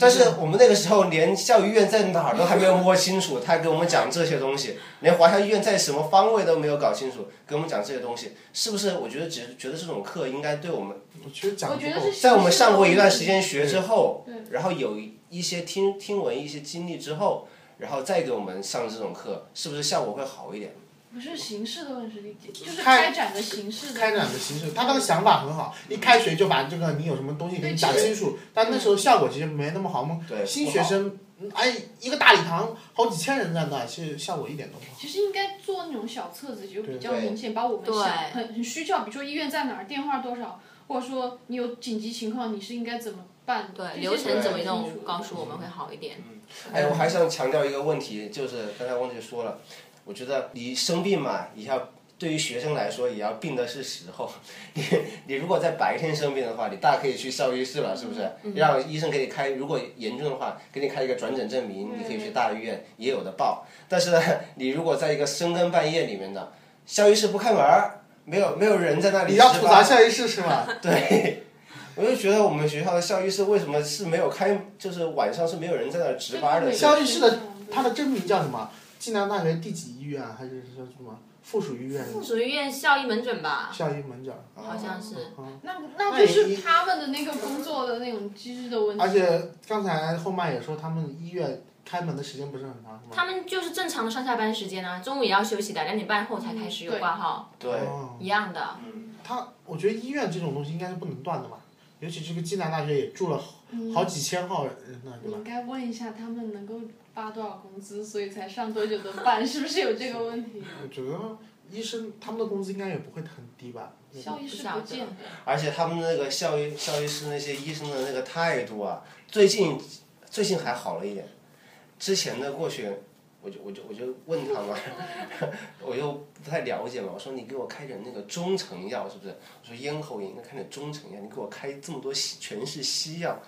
[SPEAKER 4] 但是我们那个时候连校医院在哪儿都还没有摸清楚，他给我们讲这些东西，连华夏医院在什么方位都没有搞清楚，给我们讲这些东西，是不是？我觉得觉觉得这种课应该对我们，
[SPEAKER 1] 我其实讲
[SPEAKER 5] 我
[SPEAKER 1] 不
[SPEAKER 5] 觉得
[SPEAKER 1] 够
[SPEAKER 5] 是，
[SPEAKER 4] 在我们上过一段时间学之后
[SPEAKER 5] 对，
[SPEAKER 4] 然后有一些听听闻一些经历之后，然后再给我们上这种课，是不是效果会好一点？
[SPEAKER 5] 不是形式的问题，就是
[SPEAKER 1] 开
[SPEAKER 5] 开展的形式的
[SPEAKER 1] 开展的形式，他那个想法很好，一开学就把这个你有什么东西给你讲清楚，但那时候效果其实没那么好。我们
[SPEAKER 4] 对，
[SPEAKER 1] 新
[SPEAKER 4] 不
[SPEAKER 1] 学
[SPEAKER 4] 好
[SPEAKER 1] 生，嗯哎，一个大礼堂好几千人在那，其实效果一点都不好。
[SPEAKER 5] 其实应该做那种小册子，就比较
[SPEAKER 4] 对
[SPEAKER 5] 明显，把我们
[SPEAKER 6] 对
[SPEAKER 5] 想很很需要，比如说医院在哪儿，电话多少，或者说你有紧急情况，你是应该怎么办？
[SPEAKER 6] 对，
[SPEAKER 5] 这些
[SPEAKER 6] 流程怎么
[SPEAKER 5] 都很
[SPEAKER 6] 弄，
[SPEAKER 5] 清楚
[SPEAKER 6] 告诉我们会好一点。
[SPEAKER 4] 哎，我还想强调一个问题，就是刚才忘记说了，我觉得你生病嘛，也要对于学生来说也要病的是时候。 [LAUGHS] 你你如果在白天生病的话，你大可以去校医室了，是不
[SPEAKER 6] 嗯
[SPEAKER 4] 是？让医生给你开，如果严重的话，给你开一个转诊证明，你可以去大医院，也有的报。但是呢，你如果在一个深更半夜里面的校医室不开门儿，没有没有人在那里，
[SPEAKER 1] 你要
[SPEAKER 4] 是
[SPEAKER 1] 吐
[SPEAKER 4] 吧
[SPEAKER 1] 槽校医室是吗？
[SPEAKER 4] 对，我就觉得我们学校的校医室为什么是没有开，就是晚上是没有人在那儿值班的。
[SPEAKER 1] 肖律师的他的真名叫什么？暨南大学第几医院啊还是叫什么附属医院？
[SPEAKER 6] 附属医院校医门诊吧，
[SPEAKER 1] 校医门诊。
[SPEAKER 6] 好像是。
[SPEAKER 5] 那那就是他们的那个工作的那种机制的问
[SPEAKER 1] 嗯
[SPEAKER 5] 题。
[SPEAKER 1] 而且刚才后妈也说，他们医院开门的时间不是很长，是吗？
[SPEAKER 6] 他们就是正常的上下班时间啊，中午也要休息的，两点半后才开始有挂号，
[SPEAKER 4] 啊对，
[SPEAKER 1] 哦
[SPEAKER 6] 一样的。
[SPEAKER 1] 他我觉得医院这种东西应该是不能断的吧，尤其这个暨南大学也住了好几千号人呢，对
[SPEAKER 5] 你
[SPEAKER 1] 吧？
[SPEAKER 5] 应该问一下他们能够发多少工资，所以才上多久的班， [LAUGHS] 是不是有这个问题？
[SPEAKER 1] 我觉得医生他们的工资应该也不会很低吧？
[SPEAKER 5] 校医师不见得，
[SPEAKER 4] 而且他们那个校医校医师那些医生的那个态度啊，最近最近还好了一点，之前的过去，我就我就我就问他嘛， [LAUGHS] 我就不太了解嘛，我说你给我开点那个中成药是不是？我说咽喉炎应该开点中成药，你给我开这么多西全是西药，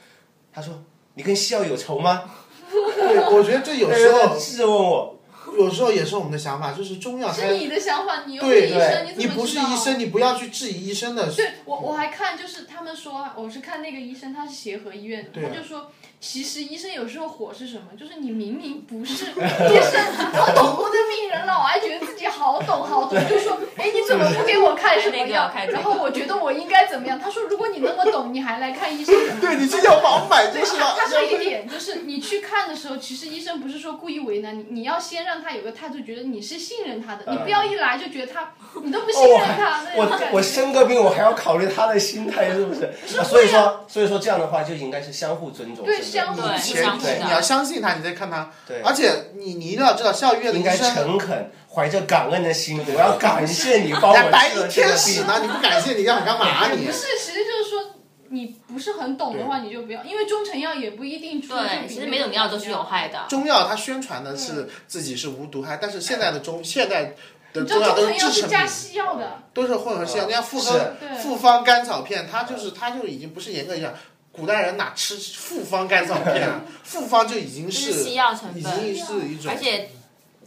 [SPEAKER 4] 他说你跟西药有仇吗？
[SPEAKER 1] 对，我觉得这有时候
[SPEAKER 4] 质问我。
[SPEAKER 1] 有时候也是我们的想法，就是中药它
[SPEAKER 5] 是你的想法，你又不是
[SPEAKER 1] 对
[SPEAKER 5] 医生，
[SPEAKER 1] 你
[SPEAKER 5] 怎么
[SPEAKER 1] 不
[SPEAKER 5] 知
[SPEAKER 1] 是
[SPEAKER 5] 道？
[SPEAKER 1] 医生，你不要去质疑医生的
[SPEAKER 5] 对我我还看就是他们说啊，我是看那个医生，他是协和医院的，
[SPEAKER 1] 对啊
[SPEAKER 5] 他就说。其实医生有时候火是什么？就是你明明不
[SPEAKER 1] [LAUGHS]
[SPEAKER 5] 是医生，我懂我的病人了，我还觉得自己好懂好懂，就说，哎，你怎么不给我看什么
[SPEAKER 6] 开那个
[SPEAKER 5] 药？
[SPEAKER 6] 开这个
[SPEAKER 5] 然后我觉得我应该怎么样？他说，如果你那么懂，你还来看医生干嘛？
[SPEAKER 1] 对你这要盲买就是吧？
[SPEAKER 5] 他说一点就是，你去看的时候，其实医生不是说故意为难你，你要先让他有个态度，觉得你是信任他的，
[SPEAKER 1] 呃
[SPEAKER 5] 你不要一来就觉得他，你都不信任他。
[SPEAKER 1] 哦
[SPEAKER 5] 那种感
[SPEAKER 4] 我
[SPEAKER 5] 觉
[SPEAKER 4] 我生个病，我还要考虑他的心态是不是？啊所以说所以说这样的话就应该是相互尊重，
[SPEAKER 5] 对
[SPEAKER 4] 是不是
[SPEAKER 5] 相互
[SPEAKER 6] 对
[SPEAKER 1] 前
[SPEAKER 6] 相
[SPEAKER 1] 提
[SPEAKER 6] 互的
[SPEAKER 1] 你要相信他，你再看他。
[SPEAKER 4] 对
[SPEAKER 1] 而且你你一定要知道，校医院的
[SPEAKER 4] 应
[SPEAKER 1] 医
[SPEAKER 4] 该
[SPEAKER 1] 生，
[SPEAKER 4] 诚恳，怀着感恩的心，我要感谢你帮
[SPEAKER 1] 哎
[SPEAKER 4] 我
[SPEAKER 1] 白
[SPEAKER 4] 治
[SPEAKER 1] 衣
[SPEAKER 4] 了这个
[SPEAKER 1] 天使
[SPEAKER 4] 病。
[SPEAKER 1] 呢，你不感谢你让你干嘛
[SPEAKER 5] 也
[SPEAKER 1] 你
[SPEAKER 5] 不？是，其实就是说，你不是很懂的话，你就不要，因为中成药也不一定出的就
[SPEAKER 6] 对，
[SPEAKER 5] 比
[SPEAKER 6] 其
[SPEAKER 5] 那
[SPEAKER 6] 实
[SPEAKER 5] 个
[SPEAKER 6] 每种药都是有害的。
[SPEAKER 1] 中药它宣传的是自己是无毒害，但是现在的中现在的
[SPEAKER 5] 你知
[SPEAKER 1] 中
[SPEAKER 5] 道
[SPEAKER 1] 药
[SPEAKER 5] 中
[SPEAKER 1] 都
[SPEAKER 5] 成
[SPEAKER 1] 是
[SPEAKER 5] 药
[SPEAKER 1] 制
[SPEAKER 5] 是
[SPEAKER 1] 成
[SPEAKER 5] 加
[SPEAKER 1] 品，
[SPEAKER 5] 西药的，
[SPEAKER 1] 都是混合西药。人家复
[SPEAKER 4] 是
[SPEAKER 1] 方
[SPEAKER 5] 对
[SPEAKER 1] 复方甘草片，它就是它就已经不是严格一样。古代人哪吃复方甘草片
[SPEAKER 6] [LAUGHS]
[SPEAKER 1] 啊？复方就已经
[SPEAKER 6] 这
[SPEAKER 1] 是
[SPEAKER 6] 是西药成
[SPEAKER 1] 已
[SPEAKER 6] 分，
[SPEAKER 1] 经是一种
[SPEAKER 6] 而且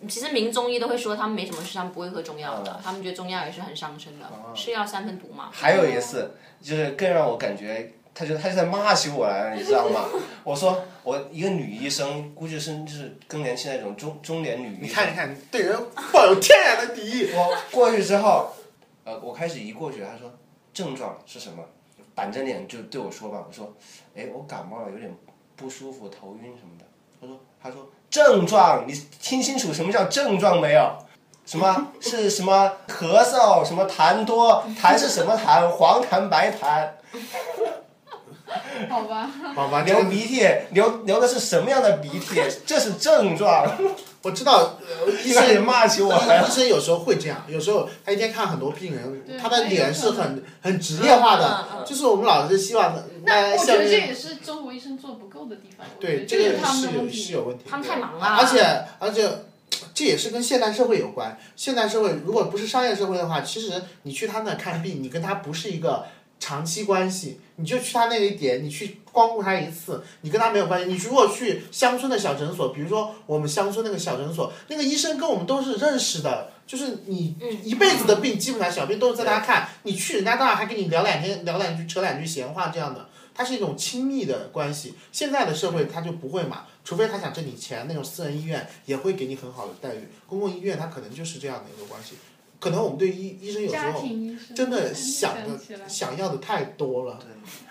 [SPEAKER 6] 其实名中医都会说他们没什么事，他们不会喝中药
[SPEAKER 4] 啊
[SPEAKER 6] 的，他们觉得中药也是很伤身的，是药三分毒嘛。
[SPEAKER 4] 还有一次，就是更让我感觉，他就他就在骂起我来了，你知道吗？我说我一个女医生，估计是就是更年期那种中中年女医
[SPEAKER 1] 你
[SPEAKER 4] 生
[SPEAKER 1] 看，你看，对人抱有天然的敌意。
[SPEAKER 4] 我过去之后，呃，我开始一过去，他说症状是什么，板着脸就对我说吧，我说，哎，我感冒了，有点不舒服，头晕什么的。他说，他说症状，你听清楚什么叫症状没有？什么是什么咳嗽，什么痰多，痰是什么痰？黄痰、白痰，
[SPEAKER 5] 好吧？
[SPEAKER 1] 好吧，这
[SPEAKER 4] 流
[SPEAKER 1] 个
[SPEAKER 4] 鼻涕，流流的是什么样的鼻涕？这是症状。
[SPEAKER 1] 我知道，呃医
[SPEAKER 4] 一开始
[SPEAKER 1] 生
[SPEAKER 4] 骂起我来
[SPEAKER 1] 医
[SPEAKER 4] 了。
[SPEAKER 1] 生有时候会这样，有时候他一天看很多病人，
[SPEAKER 5] 对
[SPEAKER 1] 他的脸是
[SPEAKER 5] 他有
[SPEAKER 1] 很很职业化
[SPEAKER 6] 嗯嗯
[SPEAKER 1] 的，
[SPEAKER 6] 嗯
[SPEAKER 1] 就是我们老是希望呃
[SPEAKER 5] 那
[SPEAKER 1] 那
[SPEAKER 5] 我觉
[SPEAKER 1] 校
[SPEAKER 5] 得这
[SPEAKER 1] 医
[SPEAKER 5] 也是中国医生做不够的地方，我觉
[SPEAKER 1] 对
[SPEAKER 5] 得
[SPEAKER 1] 这
[SPEAKER 5] 是
[SPEAKER 1] 个
[SPEAKER 5] 他们
[SPEAKER 1] 是
[SPEAKER 5] 的问
[SPEAKER 1] 有
[SPEAKER 5] 题。
[SPEAKER 1] 是有问题，
[SPEAKER 6] 他们太忙了，
[SPEAKER 1] 而且而且。这也是跟现代社会有关。现代社会如果不是商业社会的话，其实你去他那看病，你跟他不是一个长期关系，你就去他那一点，你去光顾他一次，你跟他没有关系。你如果去乡村的小诊所，比如说我们乡村那个小诊所，那个医生跟我们都是认识的，就是你
[SPEAKER 6] 嗯
[SPEAKER 1] 一辈子的病，基本上小病都是在他看，你去人家那儿还跟你聊两天，聊两句，扯两句闲话这样的。它是一种亲密的关系，现在的社会他就不会嘛，除非他想挣你钱，那种私人医院也会给你很好的待遇，公共医院它可能就是这样的一个关系，可能我们对医医生有时
[SPEAKER 5] 家
[SPEAKER 1] 候
[SPEAKER 5] 庭医生
[SPEAKER 1] 真的想的
[SPEAKER 5] 起来
[SPEAKER 1] 想要的太多了。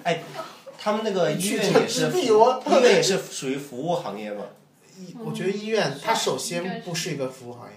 [SPEAKER 4] 哎，他们那个医院也
[SPEAKER 1] 去
[SPEAKER 4] 是服，
[SPEAKER 1] 治病我
[SPEAKER 4] 医院也是属于服务行业嘛。
[SPEAKER 1] 医我觉得医院它首
[SPEAKER 5] 嗯应该
[SPEAKER 1] 先
[SPEAKER 5] 是
[SPEAKER 1] 不是一个服务行业，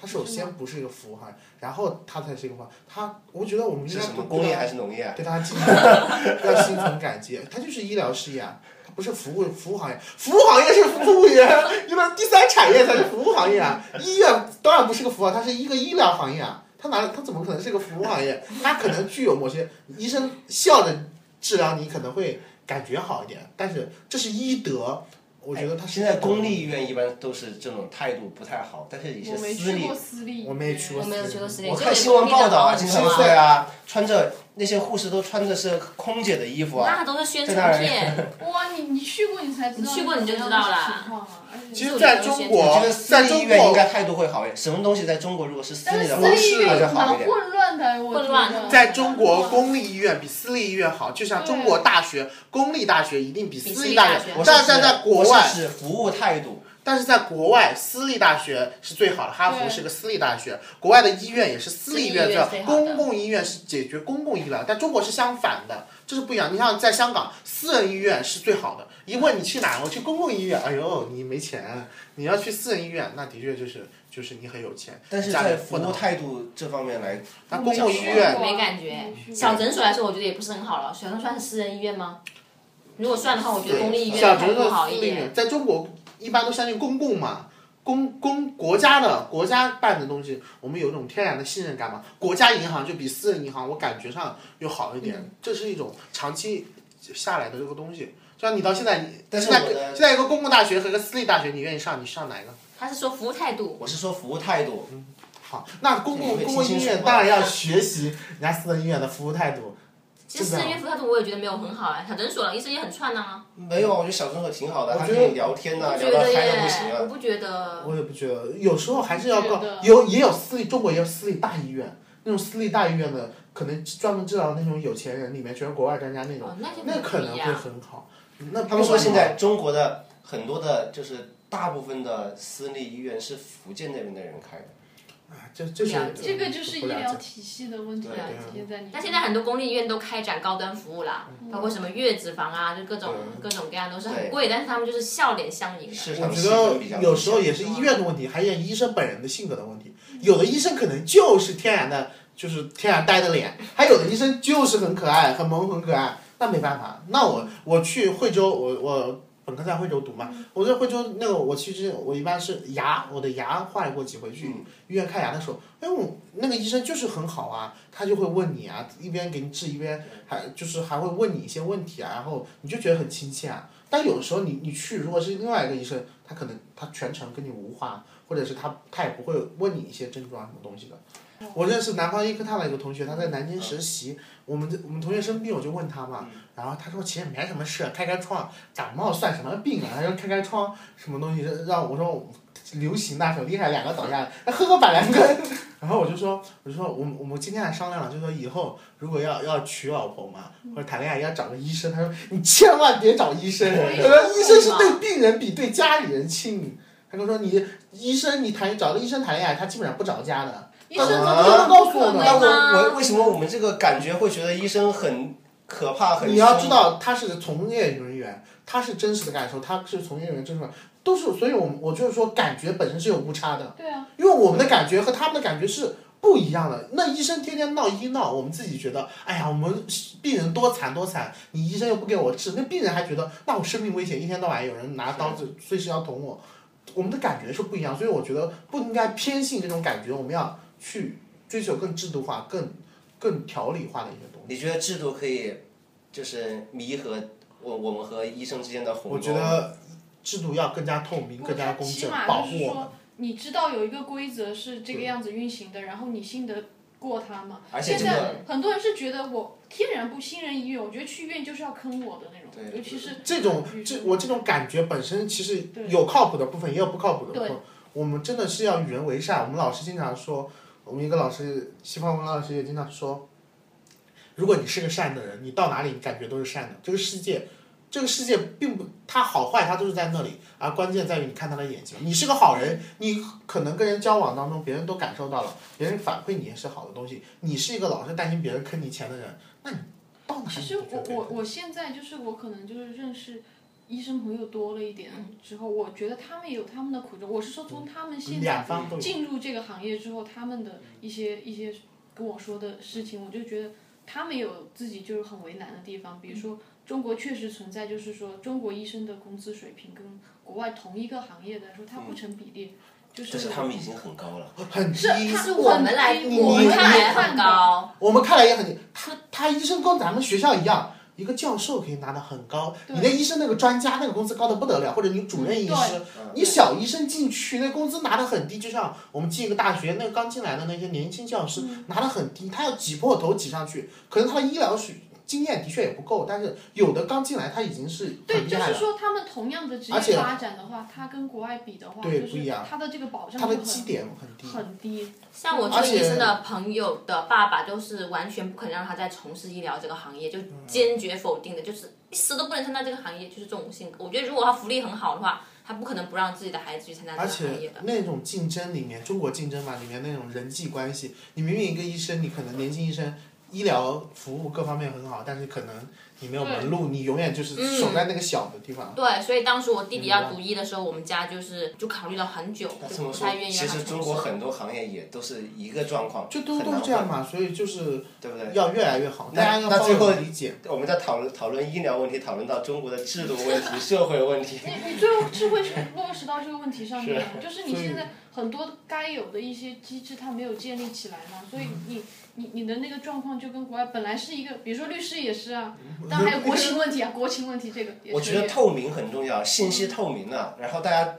[SPEAKER 1] 它首先不是一个服务行业，然后它才是一个话，它我觉得我们应
[SPEAKER 4] 是
[SPEAKER 1] 该
[SPEAKER 4] 什么
[SPEAKER 1] 对
[SPEAKER 4] 工业
[SPEAKER 1] 它
[SPEAKER 4] 还是农业啊？
[SPEAKER 1] 对它心存要心存感激，它就是医疗事业啊。它不是服务服务行业，服务行业是服务员，因为第三产业才是服务行业啊。医院当然不是个服务，啊它是一个医疗行业啊。它哪它怎么可能是个服务行业？它可能具有某些医生笑着治疗你，可能会感觉好一点，但是这是医德，我觉得他
[SPEAKER 4] 现在公立医院一般都是这种态度不太好，但是一些
[SPEAKER 5] 我没
[SPEAKER 4] 私
[SPEAKER 5] 去
[SPEAKER 4] 立
[SPEAKER 5] 过，私立医院，
[SPEAKER 1] 我没去过
[SPEAKER 6] 我
[SPEAKER 1] 私
[SPEAKER 6] 没
[SPEAKER 1] 立
[SPEAKER 6] 有去过私立，
[SPEAKER 4] 我
[SPEAKER 6] 就
[SPEAKER 4] 看
[SPEAKER 6] 是
[SPEAKER 4] 新闻
[SPEAKER 6] 公立的
[SPEAKER 4] 报道啊，
[SPEAKER 6] 好
[SPEAKER 4] 经
[SPEAKER 6] 是
[SPEAKER 4] 常
[SPEAKER 6] 吗
[SPEAKER 4] 会啊，穿着那些护士都穿的是空姐的衣服啊，
[SPEAKER 6] 那都是宣
[SPEAKER 4] 在那
[SPEAKER 6] 传
[SPEAKER 4] 儿
[SPEAKER 6] 片，
[SPEAKER 5] 哇，你你去过你才知道，
[SPEAKER 6] 你去过你就知道啦
[SPEAKER 5] 情况啊。而且
[SPEAKER 1] 其实在中国
[SPEAKER 4] 我觉得，私
[SPEAKER 1] 在
[SPEAKER 4] 立医
[SPEAKER 1] 中
[SPEAKER 4] 院应
[SPEAKER 1] 国，
[SPEAKER 4] 该态度会好一点。什么东西在中国如果是私
[SPEAKER 5] 但
[SPEAKER 4] 立
[SPEAKER 5] 是
[SPEAKER 4] 的
[SPEAKER 5] 私
[SPEAKER 4] 话，
[SPEAKER 5] 立医
[SPEAKER 4] 那就
[SPEAKER 5] 院
[SPEAKER 4] 好
[SPEAKER 5] 蛮
[SPEAKER 4] 一点。
[SPEAKER 5] 混乱的，我
[SPEAKER 6] 混乱
[SPEAKER 5] 觉得
[SPEAKER 1] 在中国公立医院比私立医院好，就像中国大学，公立大学一定比私立大学
[SPEAKER 6] 比私立大学，
[SPEAKER 4] 我是
[SPEAKER 1] 但
[SPEAKER 4] 指
[SPEAKER 1] 但在国
[SPEAKER 4] 我
[SPEAKER 1] 外
[SPEAKER 4] 是，指服务态度，
[SPEAKER 1] 但是在国外，私立大学是最好的，哈佛
[SPEAKER 5] 对
[SPEAKER 1] 是个私立大学，国外的医院也是私立医院
[SPEAKER 6] 私立医
[SPEAKER 1] 最
[SPEAKER 6] 院
[SPEAKER 1] 好
[SPEAKER 6] 最，好的
[SPEAKER 1] 公共医院是解决公共医疗，但中国是相反的，这是不一样。你像在香港，私人医院是最好的，一问你去哪，我去公共医院，哎呦，你没钱，你要去私人医院，那的确就是就是你很有钱，
[SPEAKER 4] 但是
[SPEAKER 1] 家里
[SPEAKER 4] 在
[SPEAKER 1] 不
[SPEAKER 4] 服
[SPEAKER 1] 能
[SPEAKER 4] 务态度这方面来，
[SPEAKER 1] 那公共医
[SPEAKER 5] 我
[SPEAKER 1] 院，
[SPEAKER 6] 没感觉
[SPEAKER 5] 没去。过
[SPEAKER 6] 小诊所来说，我觉得也不是很好了。小诊所算是私人医院吗？如果算的话，我觉得
[SPEAKER 1] 对
[SPEAKER 6] 公立医院
[SPEAKER 1] 小
[SPEAKER 6] 还
[SPEAKER 1] 诊
[SPEAKER 6] 不
[SPEAKER 1] 所
[SPEAKER 6] 好
[SPEAKER 1] 私
[SPEAKER 6] 一
[SPEAKER 1] 立医
[SPEAKER 6] 点。
[SPEAKER 1] 院，在中国一般都相信公共嘛。公公国家的国家办的东西，我们有一种天然的信任感嘛。国家银行就比私人银行，我感觉上又好一点。
[SPEAKER 4] 嗯
[SPEAKER 1] 这是一种长期下来的这个东西。就像你到现在，你
[SPEAKER 4] 但是
[SPEAKER 1] 现在
[SPEAKER 4] 我的
[SPEAKER 1] 现在一个公共大学和一个私立大学，你愿意上，你上哪一个？
[SPEAKER 6] 他是说服务态度，
[SPEAKER 4] 我是说服务态度。
[SPEAKER 1] 好，那公
[SPEAKER 4] 你
[SPEAKER 1] 共
[SPEAKER 4] 会
[SPEAKER 1] 公共
[SPEAKER 4] 清
[SPEAKER 1] 医
[SPEAKER 4] 清楚啊
[SPEAKER 1] 院
[SPEAKER 4] 楚
[SPEAKER 1] 当然要学习人家私人医院的服务态度。
[SPEAKER 6] 其实
[SPEAKER 1] 是这
[SPEAKER 6] 私
[SPEAKER 1] 样
[SPEAKER 6] 人医院服务态度我也觉得没有很好啊。小诊所了，医生也很串呐，
[SPEAKER 4] 没有，我觉得小诊所挺好的，
[SPEAKER 1] 我
[SPEAKER 4] 还
[SPEAKER 1] 觉
[SPEAKER 4] 可
[SPEAKER 1] 得
[SPEAKER 4] 以聊天呐、
[SPEAKER 6] 不
[SPEAKER 4] 聊
[SPEAKER 6] 觉
[SPEAKER 4] 到
[SPEAKER 6] 得
[SPEAKER 4] 嗨
[SPEAKER 6] 耶
[SPEAKER 4] 的不行，
[SPEAKER 6] 我
[SPEAKER 4] 啊。
[SPEAKER 6] 不觉得。
[SPEAKER 1] 我也不觉得，有时候还是要告
[SPEAKER 5] 觉得
[SPEAKER 1] 有也有私立，中国也有私立大医院，那种私立大医院的，可能专门治疗那种有钱人，里面全是国外专家那种，
[SPEAKER 6] 哦，那就
[SPEAKER 1] 那可能
[SPEAKER 6] 不一
[SPEAKER 1] 会
[SPEAKER 6] 样。
[SPEAKER 1] 很好。那
[SPEAKER 4] 他们说现在中国的很多的，就是大部分的私立医院是福建那边的人开的，
[SPEAKER 1] 啊，这这是
[SPEAKER 6] 了解
[SPEAKER 5] 这个就是医
[SPEAKER 1] 不了解
[SPEAKER 5] 疗体系的问题
[SPEAKER 4] 对
[SPEAKER 5] 啊
[SPEAKER 1] 对啊，
[SPEAKER 5] 体现在你。
[SPEAKER 6] 但现在很多公立医院都开展高端服务啦，包括什么月子房啊，就各种
[SPEAKER 1] 嗯
[SPEAKER 6] 各种各样都是
[SPEAKER 4] 对
[SPEAKER 6] 很贵，但是他们就是笑脸相迎啊。
[SPEAKER 4] 市
[SPEAKER 1] 我
[SPEAKER 4] 场
[SPEAKER 1] 觉
[SPEAKER 4] 细分
[SPEAKER 1] 得
[SPEAKER 4] 比较明显。
[SPEAKER 1] 有时候也是医院的问题，还有医生本人的性格的问题。有的医生可能就是天然的，就是天然呆的脸；，还有的医生就是很可爱、很萌、很可爱。那没办法，那我我去惠州，我我本科在惠州读嘛，
[SPEAKER 4] 嗯
[SPEAKER 1] 我在惠州那个我其实我一般是牙，我的牙坏过几回去
[SPEAKER 4] 嗯
[SPEAKER 1] 医院看牙的时候，哎我那个医生就是很好啊，他就会问你啊，一边给你治一边还就是还会问你一些问题啊，然后你就觉得很亲切啊。但有的时候你你去如果是另外一个医生，他可能他全程跟你无话，或者是他他也不会问你一些症状什么东西的。我认识南方医科大的一个同学，他在南京实习，我们我们同学生病我就问他嘛，然后他说其实没什么事，开开窗，感冒算什么病啊？他说开开窗什么东西让我说流行那很厉害，两个倒下来，那喝个板蓝根。 [LAUGHS] 然后我就说，我就说，我们我们今天还商量了，就说以后如果要要娶老婆嘛，或者谈恋爱要找个医生。他说你千万别找医生，
[SPEAKER 6] 对
[SPEAKER 1] 他说医生是对病人比对家里人亲。他跟我说你医生你谈找个医生谈恋爱，他基本上不着家的。
[SPEAKER 5] 医生怎
[SPEAKER 1] 啊
[SPEAKER 5] 么能
[SPEAKER 1] 告诉我
[SPEAKER 5] 可
[SPEAKER 1] 们
[SPEAKER 4] 那
[SPEAKER 5] 能呢
[SPEAKER 4] 我我为什么我们这个感觉会觉得医生很可怕？很
[SPEAKER 1] 你要
[SPEAKER 4] 凶
[SPEAKER 1] 知道他是从业人员，他是真实的感受，他是从业人员真实的，都是，所以我们我就是说感觉本身是有误差的。
[SPEAKER 5] 对啊，
[SPEAKER 1] 因为我们的感觉和他们的感觉是不一样的。那医生天天闹医闹，我们自己觉得，哎呀，我们病人多惨多惨，你医生又不给我治，那病人还觉得，那我生命危险，一天到晚有人拿刀子随时要捅我，我们的感觉是不一样，所以我觉得不应该偏信这种感觉，我们要去追求更制度化、更更条理化的一些东西。
[SPEAKER 4] 你觉得制度可以就是弥合我我们和医生之间的鸿沟？
[SPEAKER 1] 我觉得制度要更加透明、
[SPEAKER 5] 不
[SPEAKER 1] 更加
[SPEAKER 5] 他
[SPEAKER 1] 公
[SPEAKER 5] 起
[SPEAKER 1] 正，
[SPEAKER 5] 码
[SPEAKER 1] 保
[SPEAKER 5] 就
[SPEAKER 1] 护
[SPEAKER 5] 是
[SPEAKER 1] 我们
[SPEAKER 5] 说。，你知道有一个规则是这个样子运行的，然后你信得过他吗？
[SPEAKER 4] 而且
[SPEAKER 5] 现
[SPEAKER 4] 这个
[SPEAKER 5] 在很多人是觉得我天然不信任医院，我觉得去医院就是要坑我的那种，
[SPEAKER 4] 对
[SPEAKER 5] 尤其是
[SPEAKER 1] 这种
[SPEAKER 5] 嗯
[SPEAKER 1] 这我这种感觉本身其实
[SPEAKER 5] 对
[SPEAKER 1] 有靠谱的部分，也有不靠谱的部
[SPEAKER 5] 对
[SPEAKER 1] 分。我们真的是要与人为善。我们老师经常说，我们一个老师西方文老师也经常说，如果你是个善的人，你到哪里你感觉都是善的。这个世界，这个世界并不它好坏它都是在那里，而关键在于你看他的眼睛。你是个好人，你可能跟人交往当中，别人都感受到了，别人反馈你也是好的东西。你是一个老是担心别人坑你钱的人，那你到哪里
[SPEAKER 5] 哦其
[SPEAKER 1] 你
[SPEAKER 5] 实
[SPEAKER 1] 都觉
[SPEAKER 5] 我
[SPEAKER 1] 得被
[SPEAKER 5] 我我现在就是我可能就是认识医生朋友多了一点之后，我觉得他们有他们的苦衷。我是说从他们现在
[SPEAKER 1] 两方都有。
[SPEAKER 5] 进入这个行业之后，他们的一些一些跟我说的事情，我就觉得他们有自己就是很为难的地方。比如
[SPEAKER 1] 嗯
[SPEAKER 5] 说，中国确实存在，就是说中国医生的工资水平跟国外同一个行业的来说，它
[SPEAKER 1] 嗯
[SPEAKER 5] 不成比例，就
[SPEAKER 4] 但是他们已经很高了，
[SPEAKER 1] 很
[SPEAKER 5] 是
[SPEAKER 1] 低
[SPEAKER 5] 他
[SPEAKER 6] 是我们来，
[SPEAKER 5] 你
[SPEAKER 1] 你
[SPEAKER 6] 我们看来很高。
[SPEAKER 1] 我们看来也很，他他医生跟咱们学校一样，一个教授可以拿的很高，
[SPEAKER 5] 对嗯
[SPEAKER 1] 你的医生那个专家那个工资高的不得了，或者你主任医师
[SPEAKER 5] 对，
[SPEAKER 1] 你小医生进去那工资拿的很低，就像我们进一个大学，那个刚进来的那些年轻教师
[SPEAKER 5] 嗯
[SPEAKER 1] 拿的很低，他要挤破头挤上去，可能他的医疗水经验的确也不够，但是有的刚进来他已经是
[SPEAKER 5] 对，
[SPEAKER 1] 很厉
[SPEAKER 5] 就
[SPEAKER 1] 害
[SPEAKER 5] 是
[SPEAKER 1] 了，
[SPEAKER 5] 说他们同样的职
[SPEAKER 1] 而且
[SPEAKER 5] 业发展的话，它跟国外比的话，
[SPEAKER 1] 对
[SPEAKER 5] 就
[SPEAKER 1] 不一
[SPEAKER 5] 是
[SPEAKER 1] 样
[SPEAKER 5] 它的这个保障
[SPEAKER 1] 他的
[SPEAKER 5] 就
[SPEAKER 1] 基
[SPEAKER 5] 很
[SPEAKER 1] 点很低。
[SPEAKER 5] 很低。
[SPEAKER 6] 像我这
[SPEAKER 1] 而
[SPEAKER 6] 个
[SPEAKER 1] 且
[SPEAKER 6] 医生的朋友的爸爸，就是完全不肯让他再从事医疗这个行业，就
[SPEAKER 1] 嗯
[SPEAKER 6] 坚决否定的，就是一丝都不能参加这个行业，就是这种性格。我觉得如果他福利很好的话，他不可能不让自己的孩子去参加这
[SPEAKER 1] 而
[SPEAKER 6] 个行
[SPEAKER 1] 且
[SPEAKER 6] 业的。
[SPEAKER 1] 那种竞争里面，中国竞争嘛，里面那种人际关系，你明明一个医生，你可能年轻医生，医疗服务各方面很好，但是可能你没有门路，你永远
[SPEAKER 5] 嗯
[SPEAKER 1] 就是守在那个小的地方。
[SPEAKER 6] 对，所以当时我弟弟要读医的时候，我们家就是就考虑了很久，
[SPEAKER 4] 那这
[SPEAKER 6] 就
[SPEAKER 4] 么
[SPEAKER 6] 不
[SPEAKER 4] 说
[SPEAKER 6] 太愿，意
[SPEAKER 4] 其
[SPEAKER 6] 让他
[SPEAKER 4] 实中国
[SPEAKER 6] 从事。
[SPEAKER 4] 很多行业也都是一个状况，
[SPEAKER 1] 就都
[SPEAKER 4] 很
[SPEAKER 1] 都是
[SPEAKER 4] 难
[SPEAKER 1] 这样嘛，所以就是
[SPEAKER 4] 对不对？
[SPEAKER 1] 要越来越好，
[SPEAKER 4] 那
[SPEAKER 1] 大家要
[SPEAKER 4] 那
[SPEAKER 1] 包
[SPEAKER 4] 最后
[SPEAKER 1] 容理解。
[SPEAKER 4] 我们在讨论讨论医疗问题，讨论到中国的制度问题、社会
[SPEAKER 5] [LAUGHS]
[SPEAKER 4] 问题，
[SPEAKER 5] 你你最后是会是落实到这个问题上面的，就是你
[SPEAKER 1] 所以
[SPEAKER 5] 现在很多该有的一些机制它没有建立起来嘛，所以你你你的那个状况就跟国外本来是一个，比如说律师也是啊，
[SPEAKER 1] 嗯
[SPEAKER 5] 但还有国情问题啊，国情问题这个也
[SPEAKER 4] 我
[SPEAKER 5] 是
[SPEAKER 4] 觉得透明很重要，信息透明啊，
[SPEAKER 1] 嗯
[SPEAKER 4] 然后大家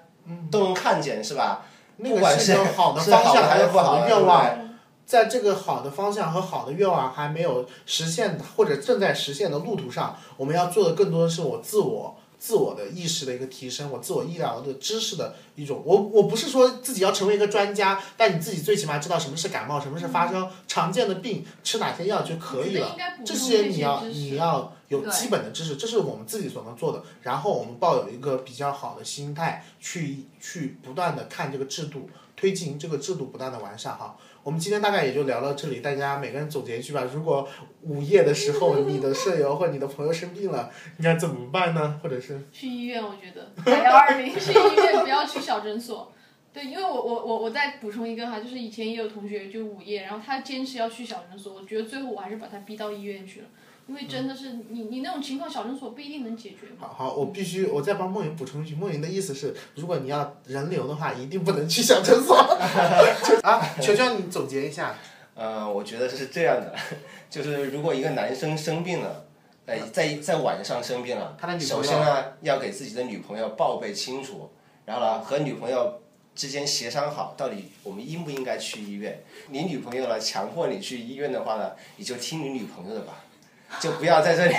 [SPEAKER 4] 都能看见，是吧？
[SPEAKER 1] 那
[SPEAKER 4] 不管
[SPEAKER 1] 个
[SPEAKER 4] 是
[SPEAKER 1] 有好的
[SPEAKER 4] 是
[SPEAKER 1] 方向，
[SPEAKER 4] 的
[SPEAKER 1] 还有
[SPEAKER 4] 不好
[SPEAKER 1] 的
[SPEAKER 4] 的
[SPEAKER 1] 愿
[SPEAKER 4] 对
[SPEAKER 1] 望
[SPEAKER 4] 不，对
[SPEAKER 1] 在这个好的方向和好的愿望还没有实现或者正在实现的路途上，我们要做的更多的是我自我。自我的意识的一个提升，我自我医疗的知识的一种，我我不是说自己要成为一个专家，但你自己最起码知道什么是感冒，什么是发
[SPEAKER 5] 嗯
[SPEAKER 1] 烧，常见的病吃哪些药就可以了
[SPEAKER 5] 应该。补充
[SPEAKER 1] 这
[SPEAKER 5] 这
[SPEAKER 1] 些
[SPEAKER 5] 些
[SPEAKER 1] 你要
[SPEAKER 5] 知识
[SPEAKER 1] 你要有
[SPEAKER 6] 对
[SPEAKER 1] 基本的知识，这是我们自己所能做的。然后我们抱有一个比较好的心态去去不断的看这个制度，推进这个制度不断的完善哈。我们今天大概也就聊到这里，大家每个人总结一句吧。如果午夜的时候你的舍友或你的朋友生病了，应该怎么办呢？或者是
[SPEAKER 5] 去医院，我觉得打幺二零去医院，不要去小诊所。对，因为我我我我再补充一个哈，就是以前也有同学就午夜，然后他坚持要去小诊所，我觉得最后我还是把他逼到医院去了，因为真的是你你那种情况，小诊所不一定能解
[SPEAKER 1] [LAUGHS]
[SPEAKER 5] 决。
[SPEAKER 1] 好好，我必须我再帮梦云补充一句，梦云的意思是，如果你要人流的话，一定不能去小诊所。 [LAUGHS] 啊，球球你总结一下，
[SPEAKER 4] 呃，我觉得是这样的， [LAUGHS] 就是如果一个男生生病了，呃，在在晚上生病
[SPEAKER 1] 嗯
[SPEAKER 4] 了，
[SPEAKER 1] 他的女朋友
[SPEAKER 4] 首先呢要给自己的女朋友报备清楚，然后呢和女朋友之间协商好，到底我们应不应该去医院。你女朋友呢强迫你去医院的话呢，你就听你女朋友的吧，就不要
[SPEAKER 1] [LAUGHS]
[SPEAKER 4] 在这里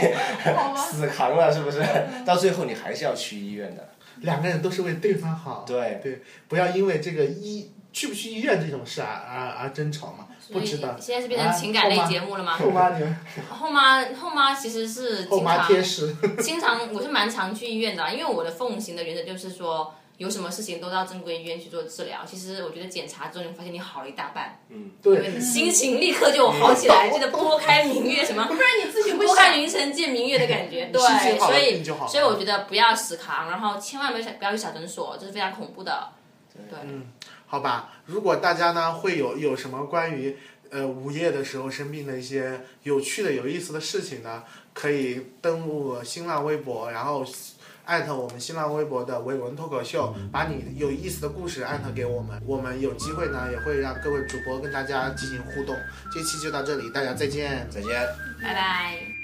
[SPEAKER 5] 好吧，
[SPEAKER 4] 死扛了，是不是？
[SPEAKER 1] 嗯
[SPEAKER 4] 到最后你还是要去医院的。
[SPEAKER 1] 两个人都是为对方好，
[SPEAKER 4] 对
[SPEAKER 1] 对，不要因为这个医去不去医院这种事啊而而争吵嘛，不值得。
[SPEAKER 6] 现在是变成情感类节目了吗？
[SPEAKER 1] 后妈你们
[SPEAKER 6] 后妈后妈其实是
[SPEAKER 1] 后
[SPEAKER 6] 嗯经
[SPEAKER 1] 妈
[SPEAKER 6] 常
[SPEAKER 1] 贴士，
[SPEAKER 6] 经常我是蛮常去医院的啊，因为我的奉行的原则就是说，有什么事情都到正规医院去做治疗。其实我觉得检查之后，你会发现你好了一大半，
[SPEAKER 1] 对，
[SPEAKER 6] 心情立刻就好起来，觉得拨开明月什么
[SPEAKER 5] 不。然你自己会
[SPEAKER 6] 拨开
[SPEAKER 5] 想，
[SPEAKER 6] 云层见明月的感觉，对
[SPEAKER 1] 嗯心情，好了
[SPEAKER 6] 所
[SPEAKER 1] 病
[SPEAKER 6] 以
[SPEAKER 1] 就好了
[SPEAKER 6] 所以我觉得不要死扛，然后千万不要不要去小诊所，这是非常恐怖的。
[SPEAKER 1] 好吧，如果大家呢会有有什么关于呃午夜的时候生病的一些有趣的、有意思的事情呢，可以登录新浪微博，然后艾特我们新浪微博的维文脱口秀，把你有意思的故事艾特给我们，我们有机会呢也会让各位主播跟大家进行互动。这期就到这里，大家再见。
[SPEAKER 4] 再见。
[SPEAKER 6] 拜拜。